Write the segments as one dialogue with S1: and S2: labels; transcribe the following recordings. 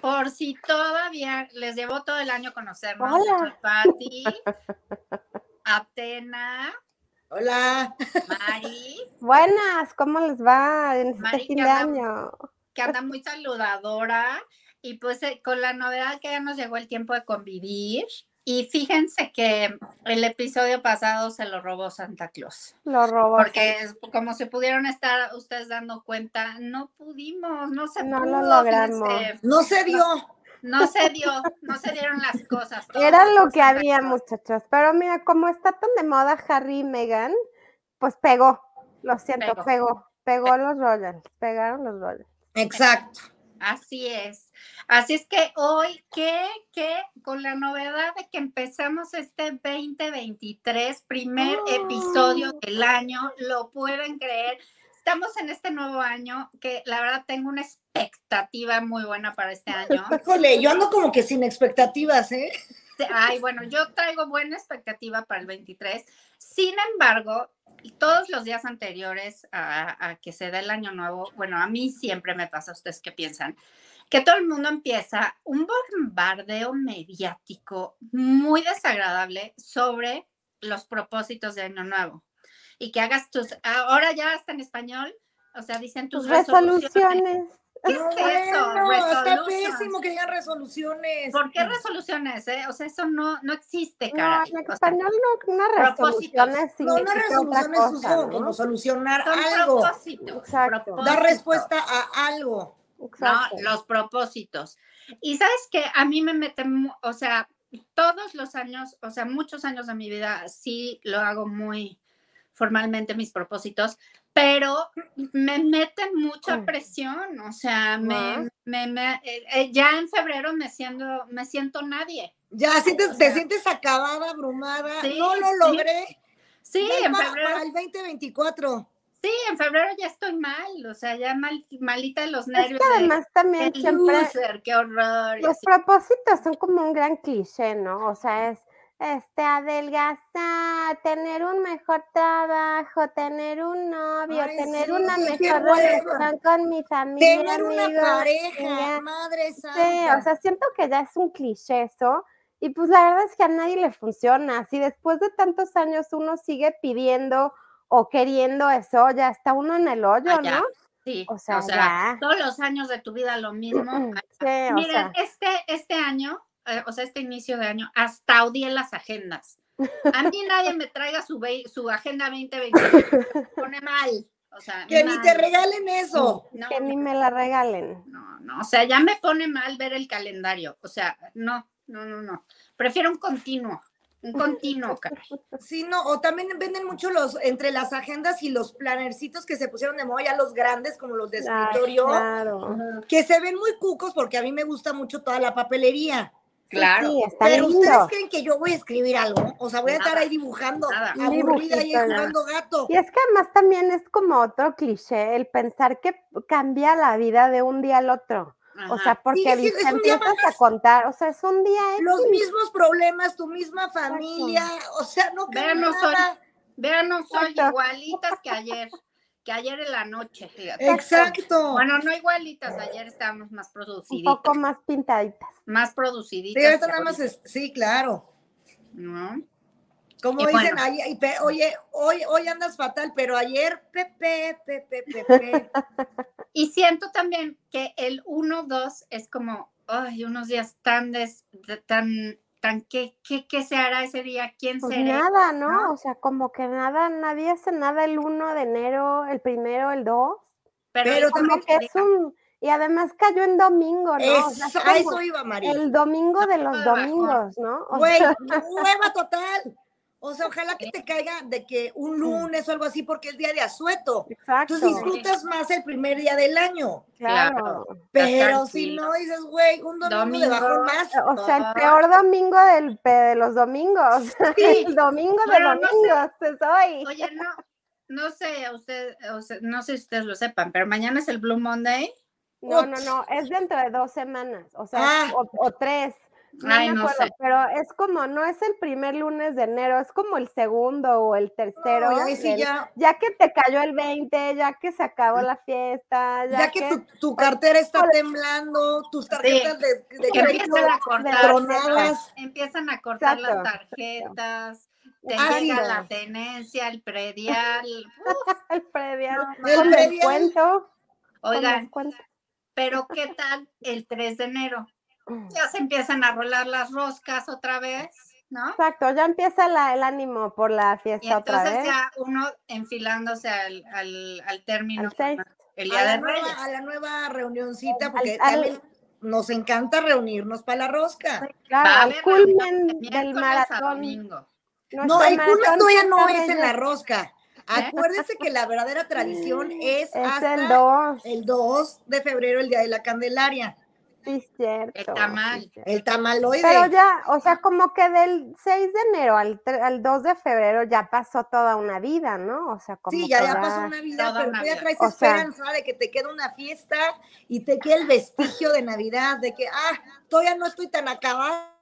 S1: conocí todavía, les llevo todo el año conocernos.
S2: Hola.
S1: Yo soy Patti, Atena,
S3: Hola.
S1: Mari,
S2: Buenas, ¿cómo les va en este
S1: Mari,
S2: fin de
S1: ya la-
S2: año?
S1: que anda muy saludadora. Y pues eh, con la novedad que ya nos llegó el tiempo de convivir. Y fíjense que el episodio pasado se lo robó Santa Claus.
S2: Lo robó.
S1: Porque es- como se pudieron estar ustedes dando cuenta, no pudimos, no se
S2: No lo
S1: pudo,
S2: logramos.
S1: fíjense.
S3: No se dio.
S1: No se dio, no se dieron las cosas. todo
S2: Era lo
S1: por
S2: que
S1: Santa
S2: había,
S1: Claus.
S2: muchachos. Pero mira, como está tan de moda Harry y Meghan, pues pegó. Lo siento,
S1: Pegó.
S2: pegó. Pegó los Rollins. Pegaron los Rollins.
S3: Exacto.
S1: Así es. Así es que hoy, ¿qué? ¿Qué? Con la novedad de que empezamos este 2023, primer
S2: Oh.
S1: episodio del año, lo pueden creer. Estamos en este nuevo año que la verdad tengo una expectativa muy buena para este año.
S3: Híjole, yo ando como que sin expectativas, ¿eh?
S1: Ay, bueno, yo traigo buena expectativa para el 23. Sin embargo, y todos los días anteriores a, a que se dé el año nuevo, bueno, a mí siempre me pasa, ustedes qué piensan, que todo el mundo empieza un bombardeo mediático muy desagradable sobre los propósitos de año nuevo. Y que hagas tus, ahora ya está en español, o sea, dicen tus
S2: Tus
S1: Pues resoluciones.
S2: resoluciones.
S1: ¿Qué es
S3: No,
S1: eso?
S3: bueno, está
S1: Resolutions.
S3: pésimo que digan resoluciones.
S1: ¿Por qué resoluciones? eh? O sea, eso no, no existe,
S2: Este. No,
S1: cara.
S2: en español no, una
S1: propósitos.
S2: resolución es
S3: No, no resoluciones,
S2: otra
S3: son
S2: cosa, ¿no?
S3: como solucionar
S1: Son
S3: algo,
S1: propósitos.
S2: Exacto.
S1: propósitos,
S3: dar respuesta a algo.
S1: ¿no?
S2: Exacto.
S1: Los propósitos. Y sabes que a mí me meten, mu- o sea, todos los años, o sea, muchos años de mi vida sí lo hago muy formalmente mis propósitos, pero me meten mucha
S2: Ujú.
S1: presión, o sea, me,
S2: Guau.
S1: me- me- eh, eh, ya en febrero me siento, me siento nadie.
S3: Ya sientes,
S1: O sea,
S3: te sientes acabada, abrumada.
S1: sí,
S3: no lo
S1: sí.
S3: logré.
S1: Sí,
S3: Ven
S1: en
S3: pa-
S1: febrero.
S3: Para el 2024.
S1: Sí, en febrero ya estoy mal, o sea, ya mal, malita de los
S2: Es
S1: nervios.
S2: que
S1: de-
S2: además también
S1: Qué
S2: siempre Pues,
S1: loser, qué horror. y
S2: Los
S1: así.
S2: propósitos son como un gran cliché, ¿no? O sea, es este adelgazar, tener un mejor trabajo, tener un novio,
S3: Ay,
S2: tener
S3: sí,
S2: una
S3: qué
S2: mejor
S3: hueva.
S2: relación con mi familia,
S3: Tener una
S2: amigos,
S3: pareja,
S2: ya.
S3: madre santa.
S2: Sí, o sea, siento que ya es un cliché eso. Y pues la verdad es que a nadie le funciona. Si después de tantos años uno sigue pidiendo o queriendo eso, ya está uno en el hoyo,
S1: Ah, ya,
S2: ¿no?
S1: Sí,
S2: O sea, ya.
S1: todos los años de tu vida lo mismo.
S2: Sí, o
S1: Miren,
S2: sea,
S1: este, este año, eh, o sea, este inicio de año, hasta odié las agendas. A mí nadie me traiga su, ve- su agenda 2020, me pone mal. O sea,
S3: que ni te
S1: mal.
S3: regalen eso.
S1: No,
S2: que ni me la regalen.
S1: no, no, o sea, ya me pone mal ver el calendario. O sea, no, no, no, no. Prefiero un continuo, un continuo, caray.
S3: Sí, no, o también venden mucho los entre las agendas y los planercitos que se pusieron de moda ya los grandes como los de
S2: Ay,
S3: escritorio,
S2: Claro.
S3: que se ven muy cucos porque a mí me gusta mucho toda la papelería.
S2: Sí,
S1: Claro.
S2: sí, está
S3: Pero
S2: lindo.
S3: ustedes creen que yo voy a escribir algo, o sea, voy a estar
S1: Nada,
S3: ahí dibujando,
S1: nada.
S3: aburrida y
S2: Dibujito, nada.
S3: jugando gato.
S2: Y es que además también es como otro cliché el pensar que cambia la vida de un día al otro. O
S1: Ajá.
S2: sea, porque
S3: sí, es
S2: dice,
S3: un día
S2: empiezas a contar, o sea, es un día X.
S3: Los mismos problemas, tu misma familia, o sea, no cambia
S1: Vean, no soy-
S3: nada.
S1: Vean, no soy
S2: Exacto.
S1: igualitas que ayer, que ayer en la noche. fíjate.
S3: Exacto.
S1: Bueno, no igualitas, ayer estábamos más
S2: un
S1: produciditas,
S2: poco más pintaditas.
S1: más
S3: Sí,
S1: produciditas.
S3: ahorita
S1: que
S3: nada más
S1: ahorita,
S3: es- sí, claro.
S1: ¿no?
S3: Como
S1: Y
S3: dicen,
S1: bueno.
S3: ay, ay, pe- oye, hoy, hoy andas fatal, pero ayer, pepe, pepe, pepe.
S1: Y siento también que el 1-2 es como, ay, unos días tan, des- de- tan, tan, ¿qué, qué, qué se hará ese día? ¿Quién
S2: Pues
S1: será?
S2: nada, ¿no?
S1: ¿no?
S2: O sea, como que nada, nadie hace nada el 1 de enero, el primero, el 2.
S3: Pero
S1: el
S2: Como
S3: también
S1: otro
S2: que es
S1: día,
S2: un... Y además cayó en domingo, ¿no? O sea, es
S3: Eso, a
S2: como
S3: eso iba, María.
S2: el domingo de los
S1: de bajón.
S2: domingos, ¿no? O
S3: Güey,
S2: sea,
S3: hueva total. O sea, ojalá que te caiga de que un lunes o algo así, porque es día de asueto.
S2: exacto.
S3: Entonces disfrutas más el primer día del año.
S2: Claro.
S3: Pero si
S1: tranquilo.
S3: no dices, güey, un domingo, de
S1: Domingo.
S3: bajón más.
S2: O sea, el
S1: Ay.
S2: peor domingo del, pe- de los domingos. el domingo de
S1: Pero no sé.
S2: domingos es hoy.
S1: Oye, no, no sé, usted, o sea, no sé si ustedes lo sepan, pero mañana es el Blue Monday.
S2: No, no, no, es dentro de dos semanas, o sea,
S3: Ah.
S2: o, o tres. No
S1: Ay,
S2: me
S1: no
S2: acuerdo,
S1: sé.
S2: pero es como, no es el primer lunes de enero, es como el segundo o el tercero.
S3: No, y ahí sí
S2: del-
S3: ya,
S2: ya que te cayó el 20, ya que se acabó la fiesta, ya,
S3: ya que tu, tu
S2: pues,
S3: cartera está temblando, tus tarjetas de, de
S1: Que
S3: crédito
S1: empiezan a cortar,
S3: tronadas.
S1: empiezan a cortar las
S2: Exacto.
S1: tarjetas, te
S3: Ah, sí.
S1: llega la tenencia, el predial. Uf,
S2: el previo,
S3: El
S2: con
S3: predial.
S2: descuento, con
S1: oigan,
S2: descuento.
S1: pero ¿qué tal el 3 de enero? Ya se empiezan a rolar las roscas otra vez, ¿no?
S2: Exacto, ya empieza la- el ánimo por la
S1: Y
S2: fiesta otra
S1: entonces
S2: vez.
S1: ya uno enfilándose al, al, al término,
S2: Al seis.
S1: el
S3: a
S1: Día
S3: la,
S1: de
S3: nueva,
S1: Reyes.
S3: a la nueva reunioncita, porque
S2: al-
S3: también nos encanta reunirnos para la rosca.
S2: Claro,
S1: Va a
S2: el
S1: haber
S2: culmen
S1: reunión de
S2: del
S1: miércoles a
S2: maratón.
S1: domingo.
S3: No, el culmen todavía no es en la
S2: ropa.
S3: rosca. Acuérdense que la verdadera tradición es,
S2: Es
S3: hasta
S2: el 2,
S3: el 2 de febrero, el día de la Candelaria.
S2: sí, cierto. sí,
S1: tamal.
S2: cierto.
S3: El tamaloide.
S2: Pero ya, o sea, como que del 6 de enero al, tre- al 2 de febrero ya pasó toda una vida, ¿no? O sea, como
S3: Sí, ya,
S2: que
S3: ya pasó una vida,
S1: Toda
S3: pero
S1: una
S3: tú ya
S1: vida.
S3: traes
S2: O sea-
S3: esperanza de que te queda una fiesta y te queda el vestigio de Navidad, de que, ah, todavía no estoy tan acabada.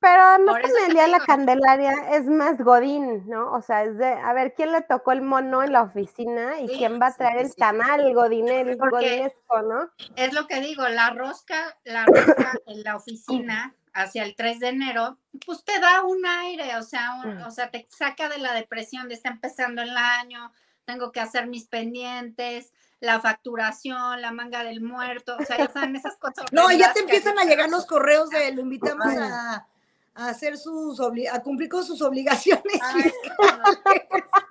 S2: Pero además
S1: Por eso
S2: también
S1: te
S2: el día de la
S1: digo.
S2: Candelaria es más godín, ¿no? O sea, es de, a ver, ¿quién le tocó el mono en la oficina y
S1: Sí,
S2: quién va a
S1: sí,
S2: traer
S1: sí,
S2: el
S1: sí.
S2: tamal, el godín, el
S1: Porque-
S2: godinesco, ¿no?
S1: Es lo que digo, la rosca, la rosca en la oficina hacia el 3 de enero, pues te da un aire, o sea, un-
S3: Mm.
S1: o sea, te saca de la depresión de está empezando el año, tengo que hacer mis pendientes, la facturación, la manga del muerto, o sea, ya saben esas cosas.
S3: No, y ya
S1: horrendas
S3: te
S1: que
S3: empiezan a
S1: haces.
S3: llegar los correos de lo invitamos a, a hacer sus, obli- a cumplir con sus obligaciones.
S1: Ay,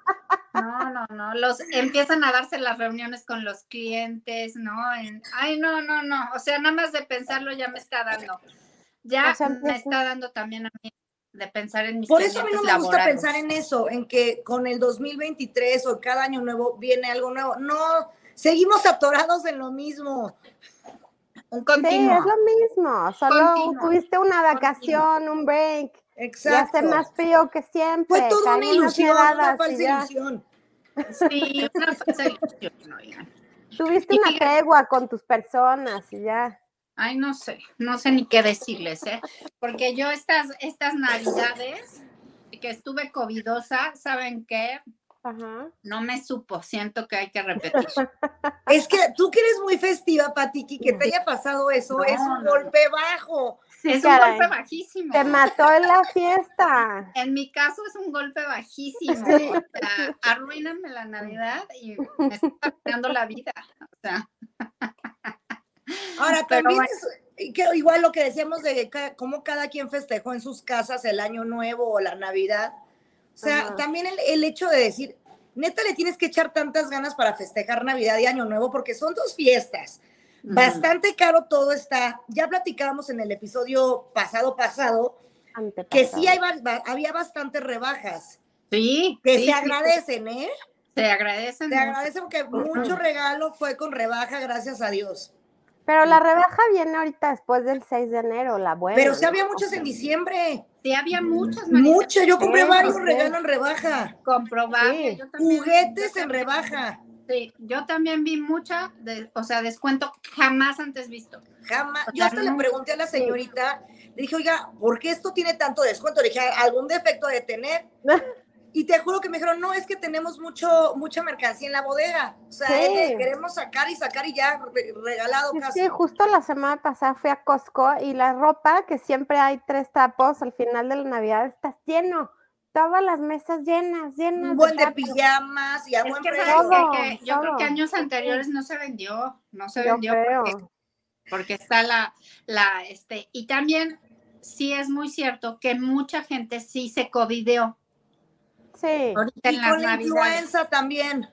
S1: No, no, no, los empiezan a darse las reuniones con los clientes, ¿no? En- ay, no, no, no, o sea, nada más de pensarlo ya me está dando, ya
S2: O sea,
S1: me
S2: empieza-
S1: está dando también a mí de pensar en mis
S3: pues Por eso a mí no
S1: pendientes
S3: me gusta
S1: laborales.
S3: pensar en eso, en que con el 2023 o cada año nuevo viene algo nuevo. No, seguimos atorados en lo mismo.
S1: un
S2: Sí,
S1: continuo.
S2: es lo mismo, solo
S1: Continuo.
S2: tuviste una
S1: Continuo.
S2: vacación, un break, y
S3: Exacto.
S2: hace más frío que siempre.
S3: Fue toda una
S2: caen unas
S3: ilusión, una
S2: nevadas y
S3: falsa
S2: ya.
S3: ilusión.
S1: Sí, una falsa ilusión, oigan.
S2: Tuviste
S1: Y
S2: una
S1: fíjate-
S2: tregua con tus personas y ya.
S1: Ay, no sé, no sé ni qué decirles, ¿eh? Porque yo estas, estas navidades que estuve covidosa, ¿saben qué?
S2: Ajá.
S1: No me supo, siento que hay que repetir.
S3: Es que tú que eres muy festiva, Patiki, que
S2: No.
S3: te haya pasado eso,
S1: No,
S3: es un
S1: no,
S3: golpe bajo.
S2: Sí,
S1: es
S2: caray.
S1: un golpe bajísimo.
S2: Te mató en la fiesta.
S1: En mi caso es un golpe bajísimo.
S2: Sí.
S1: O sea, arruíname la Navidad y me está arruinando la vida. O sea,
S3: Ahora,
S1: Pero
S3: también
S1: bueno.
S3: es que igual lo que decíamos de ca- cómo cada quien festejó en sus casas el año nuevo o la Navidad. O sea,
S2: Ajá.
S3: también el, el hecho de decir, neta le tienes que echar tantas ganas para festejar Navidad y Año Nuevo, porque son dos fiestas. Bastante caro todo está. Ya platicábamos en el episodio pasado pasado que sí hay ba- ba- había bastantes rebajas,
S1: Sí,
S3: que
S1: sí, sí,
S3: se agradecen, ¿eh?
S1: Se agradecen.
S3: Te
S1: mucho.
S3: agradece porque mucho regalo fue con rebaja, gracias a Dios.
S2: Pero la rebaja viene ahorita después del 6 de enero, la buena.
S3: Pero sí
S2: ¿no?
S3: había
S2: O
S3: muchos
S2: sea,
S3: en diciembre.
S1: Sí, había muchos, Marisa.
S3: Mucho, yo compré
S2: Sí,
S3: varios
S2: sí.
S3: regalos en rebaja.
S1: Comprobable.
S2: Sí.
S1: Yo también-
S3: Juguetes
S1: yo
S3: en
S1: también-
S3: rebaja.
S1: Sí, yo también vi mucha, de- o sea, descuento jamás antes visto.
S3: Jamás.
S1: O
S3: Yo
S1: sea,
S3: hasta le
S1: no.
S3: pregunté a la señorita, le dije, oiga, ¿por qué esto tiene tanto descuento? Le dije, ¿algún defecto de tener? Y te juro que me dijeron, no, es que tenemos mucho, mucha mercancía en la bodega. O sea,
S2: Sí.
S3: eh, eh, queremos sacar y sacar y ya re- regalado
S2: sí,
S3: casi.
S2: Sí, justo la semana pasada fui a Costco y la ropa, que siempre hay tres tapos al final de la Navidad, está lleno. Todas las mesas llenas, llenas.
S3: Un buen de
S2: trapos.
S3: pijamas y a
S1: Es
S3: buen
S1: que,
S3: precio.
S1: ¿sabes
S2: Todo,
S1: qué? Que yo creo que
S2: todo.
S1: años anteriores no se vendió, no se
S2: Yo
S1: vendió porque
S2: creo.
S1: porque está la, la, este, y también sí es muy cierto que mucha gente sí se covideó
S2: Sí.
S1: ahorita
S3: Y
S1: en las
S3: con la
S1: navidades.
S3: influenza también.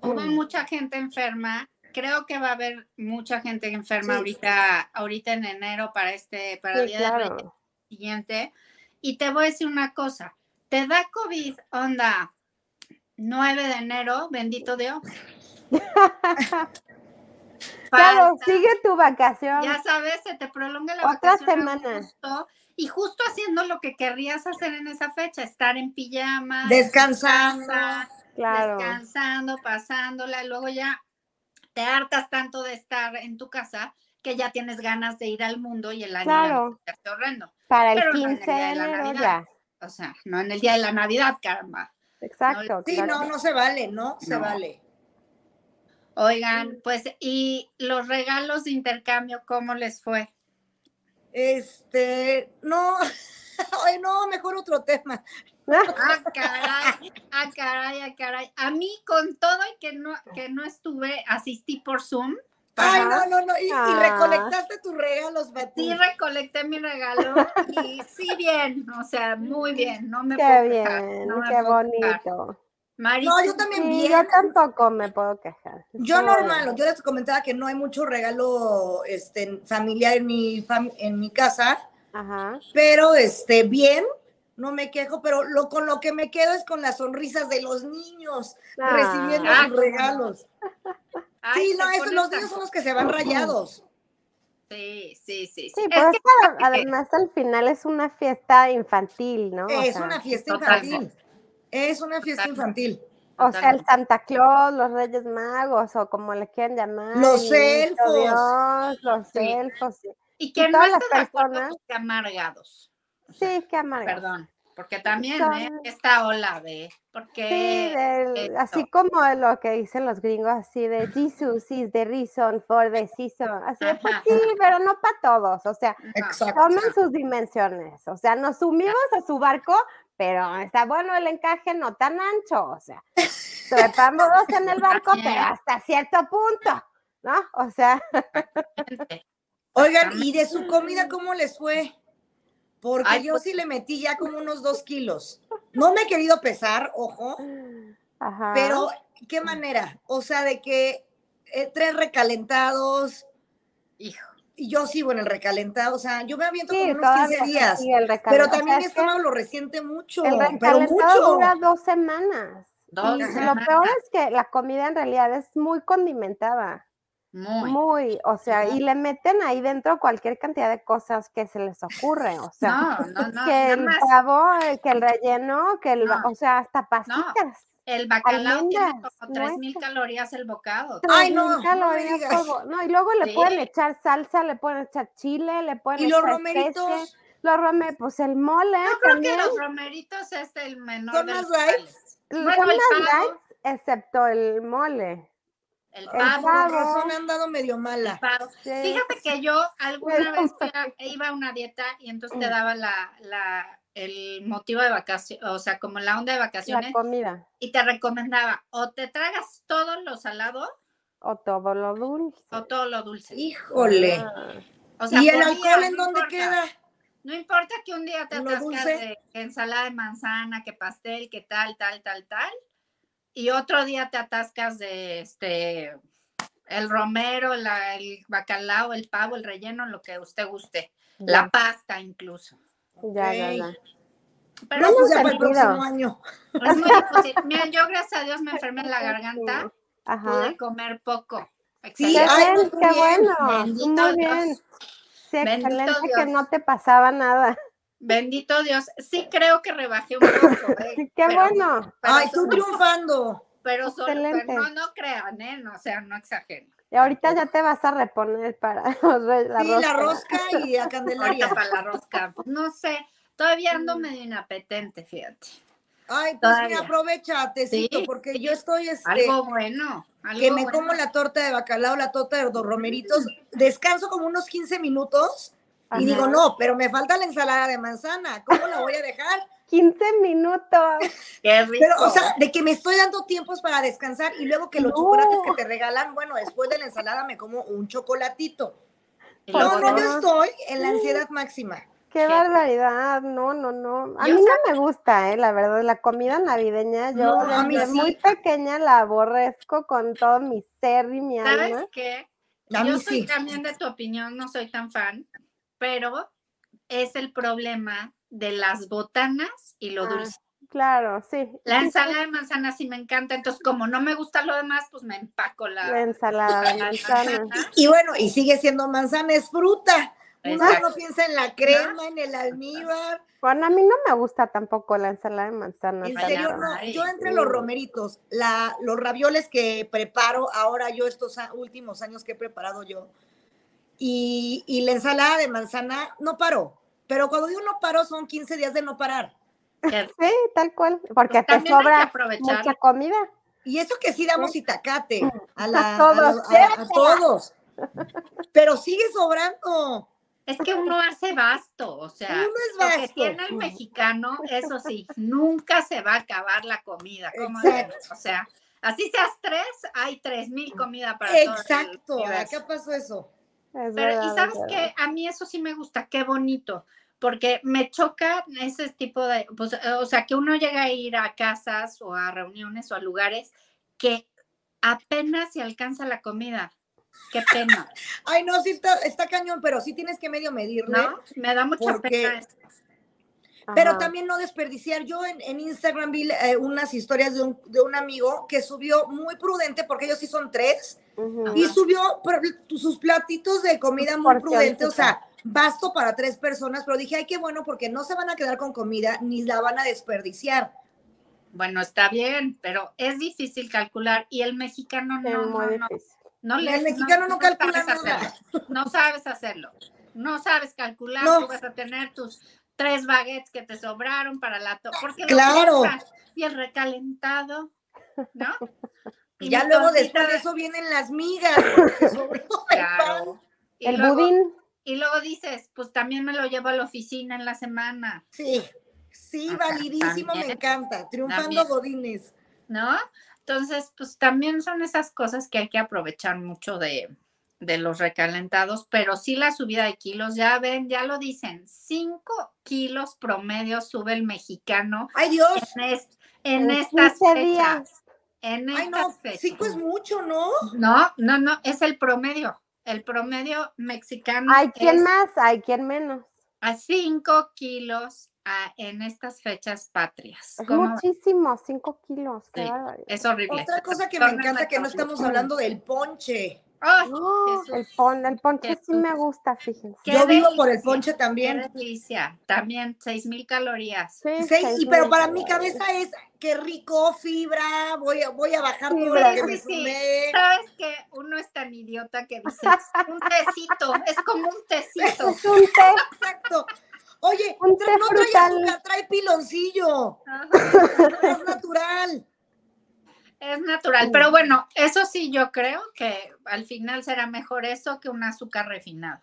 S1: Hubo
S2: Mm.
S1: mucha gente enferma, creo que va a haber mucha gente enferma
S3: Sí.
S1: ahorita, ahorita en enero para este, para el
S2: Sí,
S1: día de Reyes
S2: claro.
S1: siguiente. Y te voy a decir una cosa, te da COVID, onda, 9 de enero, bendito Dios.
S2: Claro,
S1: Falta.
S2: sigue tu vacación.
S1: Ya sabes, se te prolonga la
S2: Otra
S1: vacación a
S2: semana.
S1: gusto, y justo haciendo lo que querrías hacer en esa fecha, estar en pijama, en
S3: Descansando.
S1: casa,
S2: claro.
S1: descansando, pasándola, y luego ya te hartas tanto de estar en tu casa que ya tienes ganas de ir al mundo y el año
S2: Claro.
S1: ya está horrendo.
S2: Para el
S1: Pero no en el
S2: 15 de
S1: día de la
S2: enero
S1: Navidad.
S2: ya.
S1: O sea, no en el día de la Navidad, caramba.
S2: Exacto.
S3: Sí,
S2: claro.
S3: no, no se vale, no se
S1: No.
S3: vale.
S1: Oigan, pues, ¿y los regalos de intercambio, cómo les fue?
S3: Este, no, ay, no, mejor otro tema.
S1: Ah, caray, ah, caray, ah, caray. A mí, con todo y que no, que no estuve, asistí por Zoom.
S3: Ay,
S1: Ajá.
S3: no, no, no, y, y
S2: Ah.
S3: recolectaste tus regalos, Batí.
S1: Sí recolecté mi regalo y sí bien, o sea, muy bien, no me puedo
S2: Qué
S1: quejar,
S2: bien,
S1: no me
S2: qué
S1: puedo quejar.
S2: bonito.
S1: Mari,
S3: No, yo también
S2: Sí,
S3: bien.
S2: yo tampoco me puedo quejar.
S3: Yo
S2: Estuvo
S3: normal, yo les comentaba que no hay mucho regalo este, familiar en mi, fam- en mi casa,
S2: bien. Ajá.
S3: pero este, bien, no me quejo, pero lo, con lo que me quedo es con las sonrisas de los niños
S2: Ah,
S3: recibiendo
S1: Ah,
S3: sus regalos.
S1: ay,
S3: Sí,
S1: se
S3: no, esos,
S1: ponen
S3: los
S1: tan-
S3: niños son los que se van rayados.
S1: Sí, sí, sí, sí.
S2: Sí, pues,
S1: Es
S2: pero
S1: que-
S2: es que ad- además al final es una fiesta infantil, ¿no? O
S3: Es
S2: sea,
S3: una fiesta
S1: totalmente.
S3: infantil. Es una fiesta
S1: Totalmente.
S3: infantil.
S2: O sea, el
S1: Totalmente.
S2: Santa Claus, los Reyes Magos, o como le quieran llamar.
S3: Los
S2: el niñito
S3: elfos.
S2: Dios, los
S1: Sí.
S2: elfos. sí.
S1: y
S2: y
S1: que no
S2: todas las
S1: está de acuerdo,
S2: personas-
S1: pues, que amargados. O sea,
S2: Sí, qué amargo.
S1: Perdón, porque también,
S2: Son-
S1: ¿eh? Esta ola de, porque...
S2: Sí, del-
S1: esto.
S2: así como lo que dicen los gringos, así de Jesus is the reason for the season. Así de, pues
S1: Ajá.
S2: sí, pero no para todos. O sea,
S1: no,
S3: Exacto.
S2: tomen sus dimensiones. O sea, nos sumimos a su barco, pero está bueno el encaje no tan ancho. O sea, trepamos dos en el barco,
S1: Así es.
S2: pero hasta cierto punto, ¿no? O sea,
S1: gente.
S3: Oigan, ¿y de su comida cómo les fue? Porque
S1: Ay,
S3: yo
S1: pues-
S3: sí le metí ya como unos dos kilos. No me he querido pesar, ojo,
S2: ajá.
S3: pero
S1: Ah.
S3: qué manera. O sea, de que eh, tres recalentados
S1: Hijo,
S3: y yo sigo en el recalentado. O sea, yo me aviento
S2: Sí,
S3: como unos
S2: todas
S3: 15
S2: las-
S3: días.
S2: sí, el
S3: Pero
S2: recalentado.
S3: también
S2: O
S3: mi
S2: sea, es que
S3: estómago lo resiente mucho.
S2: El
S3: Pero
S2: recalentado
S3: mucho.
S2: dura dos semanas.
S1: dos
S2: Y lo
S1: semanas,
S2: peor es que la comida en realidad es muy condimentada,
S1: muy.
S2: muy, o sea,
S1: Ujú.
S2: y le meten ahí dentro cualquier cantidad de cosas que se les ocurre, o sea,
S1: No, no, no,
S2: que
S1: nada
S2: el
S1: más
S2: pavo, eh, que el relleno, que el, ba-
S1: No.
S2: o sea, hasta pasitas.
S1: el bacalao tiene
S2: almendras,
S1: como 3000
S2: nueces.
S1: calorías el bocado.
S3: Ay,
S2: 3.000
S3: no, no me
S2: calorías
S3: digas.
S2: por bo- no, y luego le
S1: Sí.
S2: pueden echar salsa, le pueden echar chile, le pueden
S3: Y
S2: echar
S3: los
S2: especie,
S3: romeritos.
S2: los rome, pues el mole
S1: Yo creo
S2: también,
S1: que los romeritos es el menor
S3: Son
S1: de
S3: más
S1: los
S3: light.
S1: males.
S2: Son
S1: Bueno, el
S2: más
S1: pavo,
S2: excepto el mole.
S1: el
S3: Ah,
S1: pavo,
S3: con
S2: pavo.
S3: razón han dado medio mala.
S1: pavo.
S2: Sí.
S1: Fíjate que yo alguna
S2: Bueno.
S1: vez fui a- e iba a una dieta y entonces te daba la, la- el motivo de vacaciones, o sea, como la onda de
S2: la
S1: vacaciones,
S2: comida
S1: y te recomendaba o te tragas todo lo salado
S2: o todo lo dulce.
S1: o todo lo dulce.
S3: Híjole.
S2: Ah,
S1: O sea,
S3: ¿Y el
S1: por día,
S3: alcohol en
S1: no
S3: dónde
S1: importa.
S3: queda?
S1: No importa que un día te
S3: Lo
S1: atascas
S3: dulce.
S1: de que ensalada de manzana, que pastel, que tal, tal, tal, tal, y otro día te atascas de este el romero, la- el bacalao, el pavo, el relleno, lo que usted guste, la
S2: ya,
S1: pasta incluso.
S2: ya, ya, ya.
S1: Pero
S3: No, pues ya
S2: Tiene
S3: para el próximo
S2: sentido.
S3: año.
S1: es muy difícil. Mira, yo gracias a Dios me enfermé en la garganta,
S2: Ajá.
S1: pude comer poco.
S2: Qué
S3: Sí,
S1: Excelente.
S3: ay,
S2: bien,
S3: muy
S2: qué
S3: bien,
S2: bueno.
S1: bendito Dios.
S2: Muy bien. Sí,
S1: Bendito
S2: excelente que
S1: Dios.
S2: no te pasaba nada.
S1: Bendito Dios. Sí creo que rebajé un poco. ¿eh?
S2: Qué
S1: Pero-
S2: bueno.
S1: pero
S3: Ay, tú
S1: solo-
S3: triunfando.
S1: Pero solo, pero
S2: Excelente.
S1: no, no crean, ¿eh? No, o sea, no exageren.
S2: Y ahorita
S1: pues
S2: ya te vas a reponer para los re- la
S3: sí,
S2: rosca.
S3: la rosca y a
S1: Ahorita
S3: Candelaria.
S1: para la rosca. No sé, todavía
S3: Mm.
S1: ando medio inapetente, fíjate.
S3: Ay, pues
S1: Todavía.
S3: mira, aprovecha, tecito,
S1: Sí,
S3: porque yo estoy, este,
S1: Algo bueno. Algo
S3: que me
S1: bueno.
S3: como la torta de bacalao, la torta de los romeritos, descanso como unos 15 minutos
S2: Ajá.
S3: y digo, no, pero me falta la ensalada de manzana, ¿cómo la voy a dejar?
S2: 15 minutos.
S1: Qué rico.
S3: Pero, o sea, de que me estoy dando tiempos para descansar y luego que los
S2: No.
S3: chocolates que te regalan, bueno, después de la ensalada me como un chocolatito.
S1: Y
S2: por
S3: No,
S1: luego
S3: no,
S1: no.
S3: yo estoy en la ansiedad máxima.
S2: Qué
S1: Sí.
S2: barbaridad. No, no, no. A
S1: Yo
S2: mí no me gusta, eh, la verdad. La comida navideña, yo
S3: No, a mí
S2: desde
S3: sí.
S2: muy pequeña la aborrezco con todo mi ser y mi
S1: ¿Sabes
S2: alma.
S1: qué?
S3: A
S1: yo
S3: mí
S1: soy
S3: sí.
S1: también de tu opinión, no soy tan fan, pero es el problema de las botanas y lo
S2: Ah,
S1: dulce.
S2: Claro, sí.
S1: La
S2: sí, sí.
S1: ensalada de manzana sí me encanta, entonces como no me gusta lo demás, pues me empaco la,
S2: La ensalada de
S1: la
S2: manzana.
S3: Y bueno, y sigue siendo manzana, es fruta. Uno
S1: Exacto.
S3: no piensa en la crema, en el almíbar.
S2: Bueno, a mí no me gusta tampoco la ensalada de manzana.
S3: En
S1: para
S3: serio,
S2: tanto.
S3: no.
S1: nada,
S3: Yo
S1: eh.
S3: entre los romeritos, la, los ravioles que preparo ahora yo estos a- últimos años que he preparado yo, y, y la ensalada de manzana no paró. Pero cuando digo no paró, son 15 días de no parar.
S1: Que
S2: Sí, tal cual, porque te
S1: Pues también hay que
S2: sobra
S1: aprovechar.
S2: mucha comida.
S3: Y eso que sí damos itacate a, la-
S2: A todos,
S3: a los- a- a todos. Pero sigue sobrando.
S1: Es que uno hace basto, o sea,
S3: Uno es
S1: lo que
S3: vasto.
S1: tiene el mexicano, eso sí, nunca se va a acabar la comida. ¿cómo
S3: Exacto.
S1: ves? O sea, así seas tres, hay tres mil comida para todo el
S3: Exacto,
S1: universo.
S3: acá pasó eso.
S2: Es
S1: Pero,
S2: verdad,
S1: y
S2: es
S1: sabes
S2: verdad.
S1: que a mí eso sí me gusta, qué bonito, porque me choca ese tipo de, pues, eh, o sea, que uno llega a ir a casas o a reuniones o a lugares que apenas se alcanza la comida. Qué pena,
S3: Ay, no, sí está, está cañón, pero sí tienes que medio medirle.
S1: ¿no? Me da mucha
S3: Porque-
S1: pena eso.
S3: Pero
S2: Ajá.
S3: también no desperdiciar. Yo en, en Instagram vi eh, unas historias de un, de un amigo que subió muy prudente, porque ellos sí son tres,
S2: Ujú.
S3: y
S1: Ajá.
S3: subió pr- sus platitos de comida muy
S2: Porción,
S3: prudente, o
S2: sí,
S3: sea, basto para tres personas, pero dije, ay, qué bueno, porque no se van a quedar con comida ni la van a desperdiciar.
S1: Bueno, está bien, pero es difícil calcular y el mexicano
S2: Sí,
S1: no, no,
S2: muy
S1: no,
S2: difícil.
S1: no le-
S3: El mexicano no calcula
S1: sabes
S3: nada.
S1: hacerlo, no sabes hacerlo, no sabes calcular,
S3: No.
S1: tú vas a tener tus tres baguettes que te sobraron para la to- porque lo
S3: Claro.
S1: piensas, y el recalentado, ¿no?
S3: Y ya
S1: mi
S3: luego
S1: tortita
S3: después de
S1: de-
S3: eso vienen las migas. porque sobró el pan.
S1: claro. Y
S2: El
S1: luego-
S2: budín,
S1: y luego dices, pues también me lo llevo a la oficina en la semana.
S3: Sí, sí,
S1: Ajá,
S3: validísimo, me
S1: también.
S3: encanta. Triunfando
S1: También.
S3: Godines.
S1: ¿no? Entonces, pues también son esas cosas que hay que aprovechar mucho de, de los recalentados, pero sí la subida de kilos, ya ven, ya lo dicen, 5 kilos promedio sube el mexicano
S3: Ay, Dios.
S1: en, est- en
S2: En
S1: estas
S2: 15
S1: fechas. En
S3: Ay,
S1: estas
S3: no,
S1: fechas.
S3: cinco es mucho, ¿no?
S1: No, no, no, es el promedio. El promedio mexicano
S2: hay quien
S1: es
S2: más, hay quien menos.
S1: a 5 kilos ah, en estas fechas patrias.
S2: Es
S1: ¿Cómo?
S2: muchísimo, 5 kilos, qué
S1: Sí.
S2: barbaridad.
S1: Es horrible.
S3: Otra cosa que me
S1: Torna
S3: encanta que no
S1: maravilloso.
S3: estamos hablando del ponche.
S1: Ay,
S2: No, ¡Oh! el,
S1: Jesús.
S2: pon, el ponche sí
S1: Jesús.
S2: me gusta, fíjense.
S1: Qué
S3: Yo vivo por el
S1: delicia.
S3: ponche
S1: Qué
S3: también.
S1: delicia. También 6000 calorías.
S2: Sí,
S3: Seis-
S2: seis
S3: y, pero para
S2: mil
S3: mi
S2: calorías.
S3: cabeza es qué rico, fibra, voy a, voy a bajar todo
S2: Fibra.
S3: lo que me
S1: Sí, sí, sí.
S3: sumé.
S1: ¿Sabes que Uno es tan idiota que dices un tecito, es como un tecito.
S2: Es un té,
S3: Exacto. Oye,
S2: Un
S3: tra-
S2: té
S3: no trae
S2: frutal.
S3: azúcar, trae piloncillo.
S1: Ajá,
S3: No es natural.
S1: Es natural, pero bueno, eso sí, yo creo que al final será mejor eso que un azúcar refinado.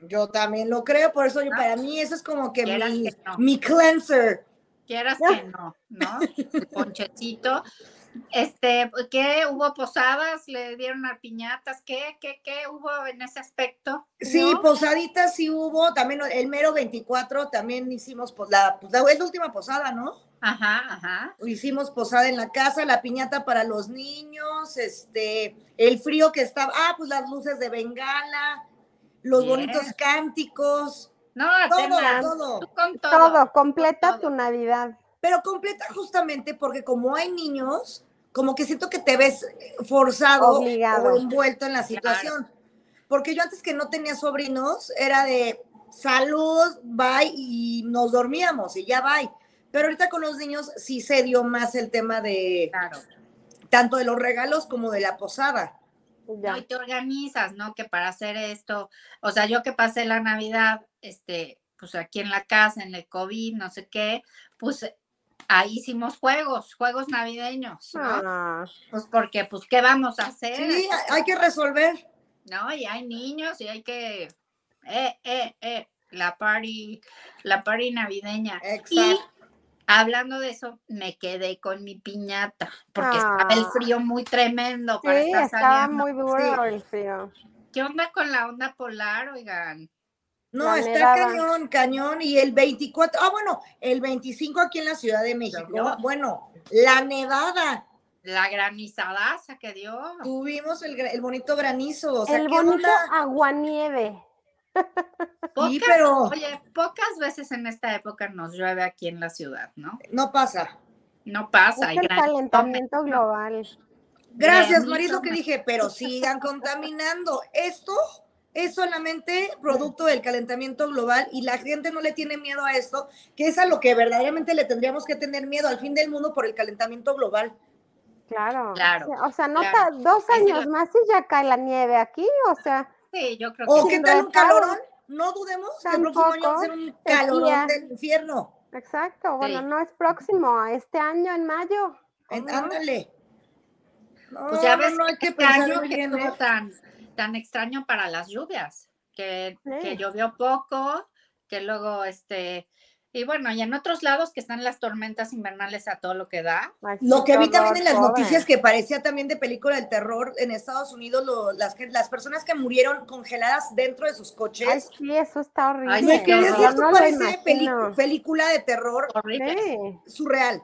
S3: Yo también lo creo, por eso yo-
S1: Ah.
S3: para mí eso es como que
S1: Quieras
S3: mi,
S1: que no.
S3: mi cleanser.
S1: Quieras que no, ¿no? El ponchecito. Este, ¿qué? ¿Hubo posadas? ¿Le dieron a piñatas? ¿Qué, qué, qué hubo en ese aspecto?
S3: Sí,
S1: ¿No?
S3: posaditas sí hubo, también el mero 24 también hicimos, pues la, pues, la- es la última posada, ¿no?
S1: Ajá, ajá.
S3: Hicimos posada en la casa, la piñata para los niños, este, el frío que estaba, ah, pues las luces de bengala, los
S1: Bien.
S3: bonitos cánticos,
S1: No,
S3: todo,
S1: Atenas, tú
S3: todo.
S1: con
S2: todo, completa
S1: Todo.
S2: tu Navidad.
S3: Pero completa justamente porque como hay niños, como que siento que te ves eh, forzado
S2: Obligado.
S3: o envuelto en la situación. Porque yo antes que no tenía sobrinos, era de salud, bye, y nos dormíamos y ya bye. Pero ahorita con los niños sí se dio más el tema de
S1: Claro.
S3: tanto de los regalos como de la posada.
S2: Ya.
S1: No, y te organizas, ¿no? Que para hacer esto, o sea, yo que pasé la Navidad, este, pues aquí en la casa, en el COVID, no sé qué, pues ahí hicimos juegos, juegos navideños, ¿no?
S2: Ah,
S1: Pues porque, pues, ¿qué vamos a
S2: Eh.
S1: hacer?
S3: Sí, hay que resolver.
S1: ¿No? Y hay niños y hay que, eh, eh, eh, la party, la party navideña. Y
S3: Exacto.
S1: hablando de eso, me quedé con mi piñata, porque
S2: Ah.
S1: estaba el frío muy tremendo para
S2: sí,
S1: estar
S2: estaba
S1: saliendo.
S2: muy duro
S3: sí.
S2: el frío.
S1: ¿Qué onda con la onda polar, oigan?
S3: No,
S2: la
S3: está
S2: nevada.
S3: cañón, cañón. Y el 24, ah, bueno, el 25 aquí en la Ciudad de México.
S1: Llovió.
S3: Bueno, la nevada.
S1: La granizadaza que dio.
S3: Tuvimos el, gra- el bonito granizo. O sea,
S2: el
S3: ¿qué
S2: bonito
S3: onda?
S2: aguanieve.
S1: Pocas,
S3: Sí, pero
S1: Oye, pocas veces en esta época nos llueve aquí en la ciudad, ¿no?
S3: no pasa.
S1: No
S2: Es
S1: pasa. y
S2: el
S1: gran-
S2: calentamiento global.
S3: Gracias,
S1: Granizo,
S3: Maris, lo que dije, pero sigan contaminando. Esto es solamente producto del calentamiento global y la gente no le tiene miedo a esto, que es a lo que verdaderamente le tendríamos que tener miedo al fin del mundo por el calentamiento global.
S2: Claro.
S1: Claro,
S2: O sea, no
S1: claro.
S2: ta- dos
S1: Ahí sí
S2: años
S1: la-
S2: más y ya cae la nieve aquí. O sea,
S1: Sí, yo creo que
S3: O
S1: sí.
S3: qué
S2: sin
S3: tal un
S2: rezago.
S3: calorón. No dudemos que el próximo año va a ser un
S2: sequía.
S3: calorón del infierno.
S2: Exacto, bueno,
S1: Sí.
S2: no es próximo, este año en mayo.
S3: En-
S2: ¿Cómo no?
S3: Ándale. No,
S1: Pues ya
S3: no,
S1: ves
S3: no, hay que
S1: este
S3: pensar
S1: año
S3: muy
S1: que
S3: bien.
S1: estuvo
S3: ¿eh?
S1: tan, tan extraño para las lluvias, que,
S2: Sí.
S1: que llovió poco, que luego este, y bueno, y en otros lados que están las tormentas invernales a todo lo que da.
S2: Ay,
S3: Lo
S2: sí,
S3: que
S2: qué
S3: vi también
S2: horror,
S3: en las
S2: pobre.
S3: noticias que parecía también de película del terror en Estados Unidos, lo- las, que- las personas que murieron congeladas dentro de sus
S2: Ay,
S3: coches.
S2: sí, eso está horrible.
S1: Ay,
S3: Me
S1: sí, qué
S3: quería
S1: horror.
S3: decir, esto
S2: No lo
S3: parece de
S2: imagino.
S3: pelicu- película de terror
S1: Horrible.
S2: Sí.
S3: surreal.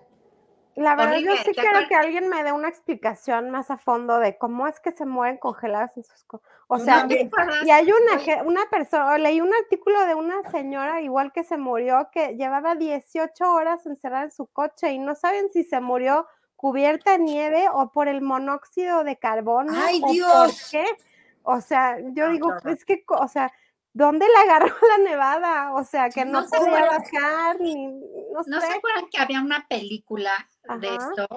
S2: La verdad, yo
S1: Horrible,
S2: sí
S1: ¿te
S2: quiero
S1: acuerdas?
S2: que alguien me dé una explicación más a fondo de cómo es que se mueren congeladas en sus co- O
S3: No
S2: sea,
S1: ¿No te acuerdas?
S2: y hay una,
S1: Oye.
S2: ge- una persona, o leí un artículo de una señora igual que se murió, que llevaba 18 horas encerrada en su coche y no saben si se murió cubierta de nieve o por el monóxido de carbono.
S3: ¡Ay,
S2: o ¿Por
S3: Dios!
S2: qué? O sea, yo
S1: No,
S2: digo,
S1: qué horror.
S2: es que, co- o sea, ¿dónde le agarró la nevada? O sea, que no,
S1: No sé,
S2: podía
S1: pero-
S2: bajar, ni, no,
S1: ¿No se
S2: sé.
S1: acuerdan que había una película de
S2: Ajá.
S1: esto?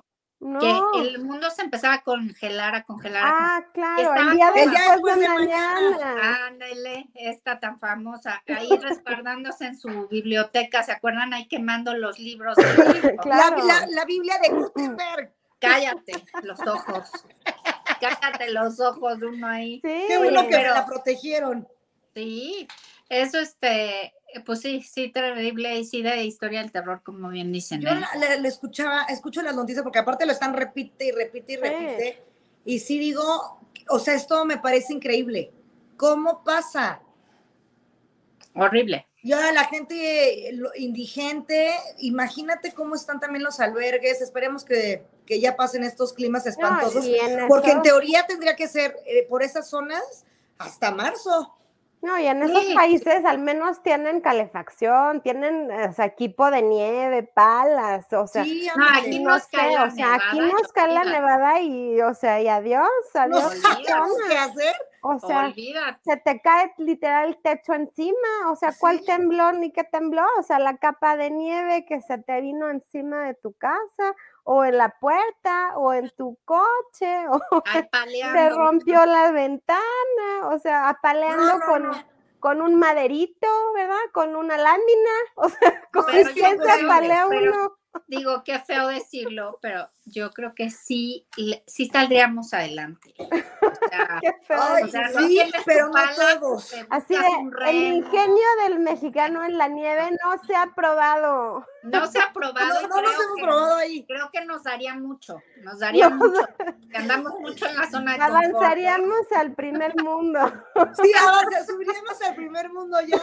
S2: No.
S1: Que el mundo se empezaba a congelar, a congelar. a
S2: Ah, claro, el
S1: estaba
S2: día
S1: como-
S2: después
S1: El
S3: día
S2: de
S3: después de
S2: mañana.
S3: mañana.
S1: Ándale, esta tan famosa, ahí resguardándose en su biblioteca, ¿se acuerdan? Ahí quemando los libros.
S2: Claro.
S3: La, la- la Biblia de Gutenberg.
S1: Cállate los ojos. Cállate los ojos de uno ahí.
S2: Sí,
S3: Qué bueno que
S1: pero-
S3: la protegieron.
S1: Sí, eso este, pues sí, sí, terrible y sí de historia del terror, como bien dicen.
S3: Yo
S1: ¿eh?
S3: la, la- la escuchaba, escucho las noticias porque aparte lo están repite y repite y
S2: Sí.
S3: repite. Y sí digo, o sea, esto me parece increíble. ¿Cómo pasa?
S1: Horrible.
S3: Y ahora la gente eh, lo- indigente, imagínate cómo están también los albergues. Esperemos que, que ya pasen estos climas espantosos.
S2: y en
S3: porque en
S2: esos-
S3: teoría tendría que ser eh, por esas zonas hasta marzo.
S2: No, y en esos
S1: Sí.
S2: países al menos tienen calefacción, tienen o sea, equipo de nieve, palas, o sea,
S3: sí,
S1: no,
S3: ándale.
S1: aquí
S2: no
S1: nos
S2: sé,
S1: cae la
S2: o sea, aquí
S1: nevada,
S2: nos cae la
S1: olvídate.
S2: nevada y, o sea, y adiós,
S3: no
S2: adiós,
S3: sabemos qué hacer.
S2: o sea,
S1: Olvídate.
S2: se te cae literal el techo encima, o sea, ¿cuál
S3: Sí.
S2: tembló ni qué tembló? O sea, la capa de nieve que se te vino encima de tu casa, o en la puerta, o en tu coche, o
S1: Ay,
S2: se
S1: paleando.
S2: rompió la ventana, o sea, apaleando
S3: No, no,
S2: con,
S3: no.
S2: con un maderito, ¿verdad? Con una lámina, o sea, con
S3: Pero yo
S2: quién se
S3: creo que-
S2: apalea
S1: pero-
S2: uno.
S1: Digo, qué feo decirlo, pero yo creo que sí, le- sí saldríamos adelante. O sea,
S2: Qué feo.
S3: Ay,
S1: o sea, no
S3: sí,
S1: tienes tu
S3: pero no
S1: pala,
S3: todos.
S1: te
S2: Así
S1: buscas
S2: de,
S1: un
S2: el
S1: remo.
S2: ingenio del mexicano en la nieve no se ha probado.
S1: No se ha probado.
S3: No,
S1: y
S3: no nos
S1: creo
S3: hemos
S1: que-
S3: probado ahí.
S1: Creo que nos daría mucho, nos daría mucho. que andamos mucho en la zona de confort.
S2: Avanzaríamos al primer mundo.
S3: Sí, ahora subiríamos al primer mundo ya.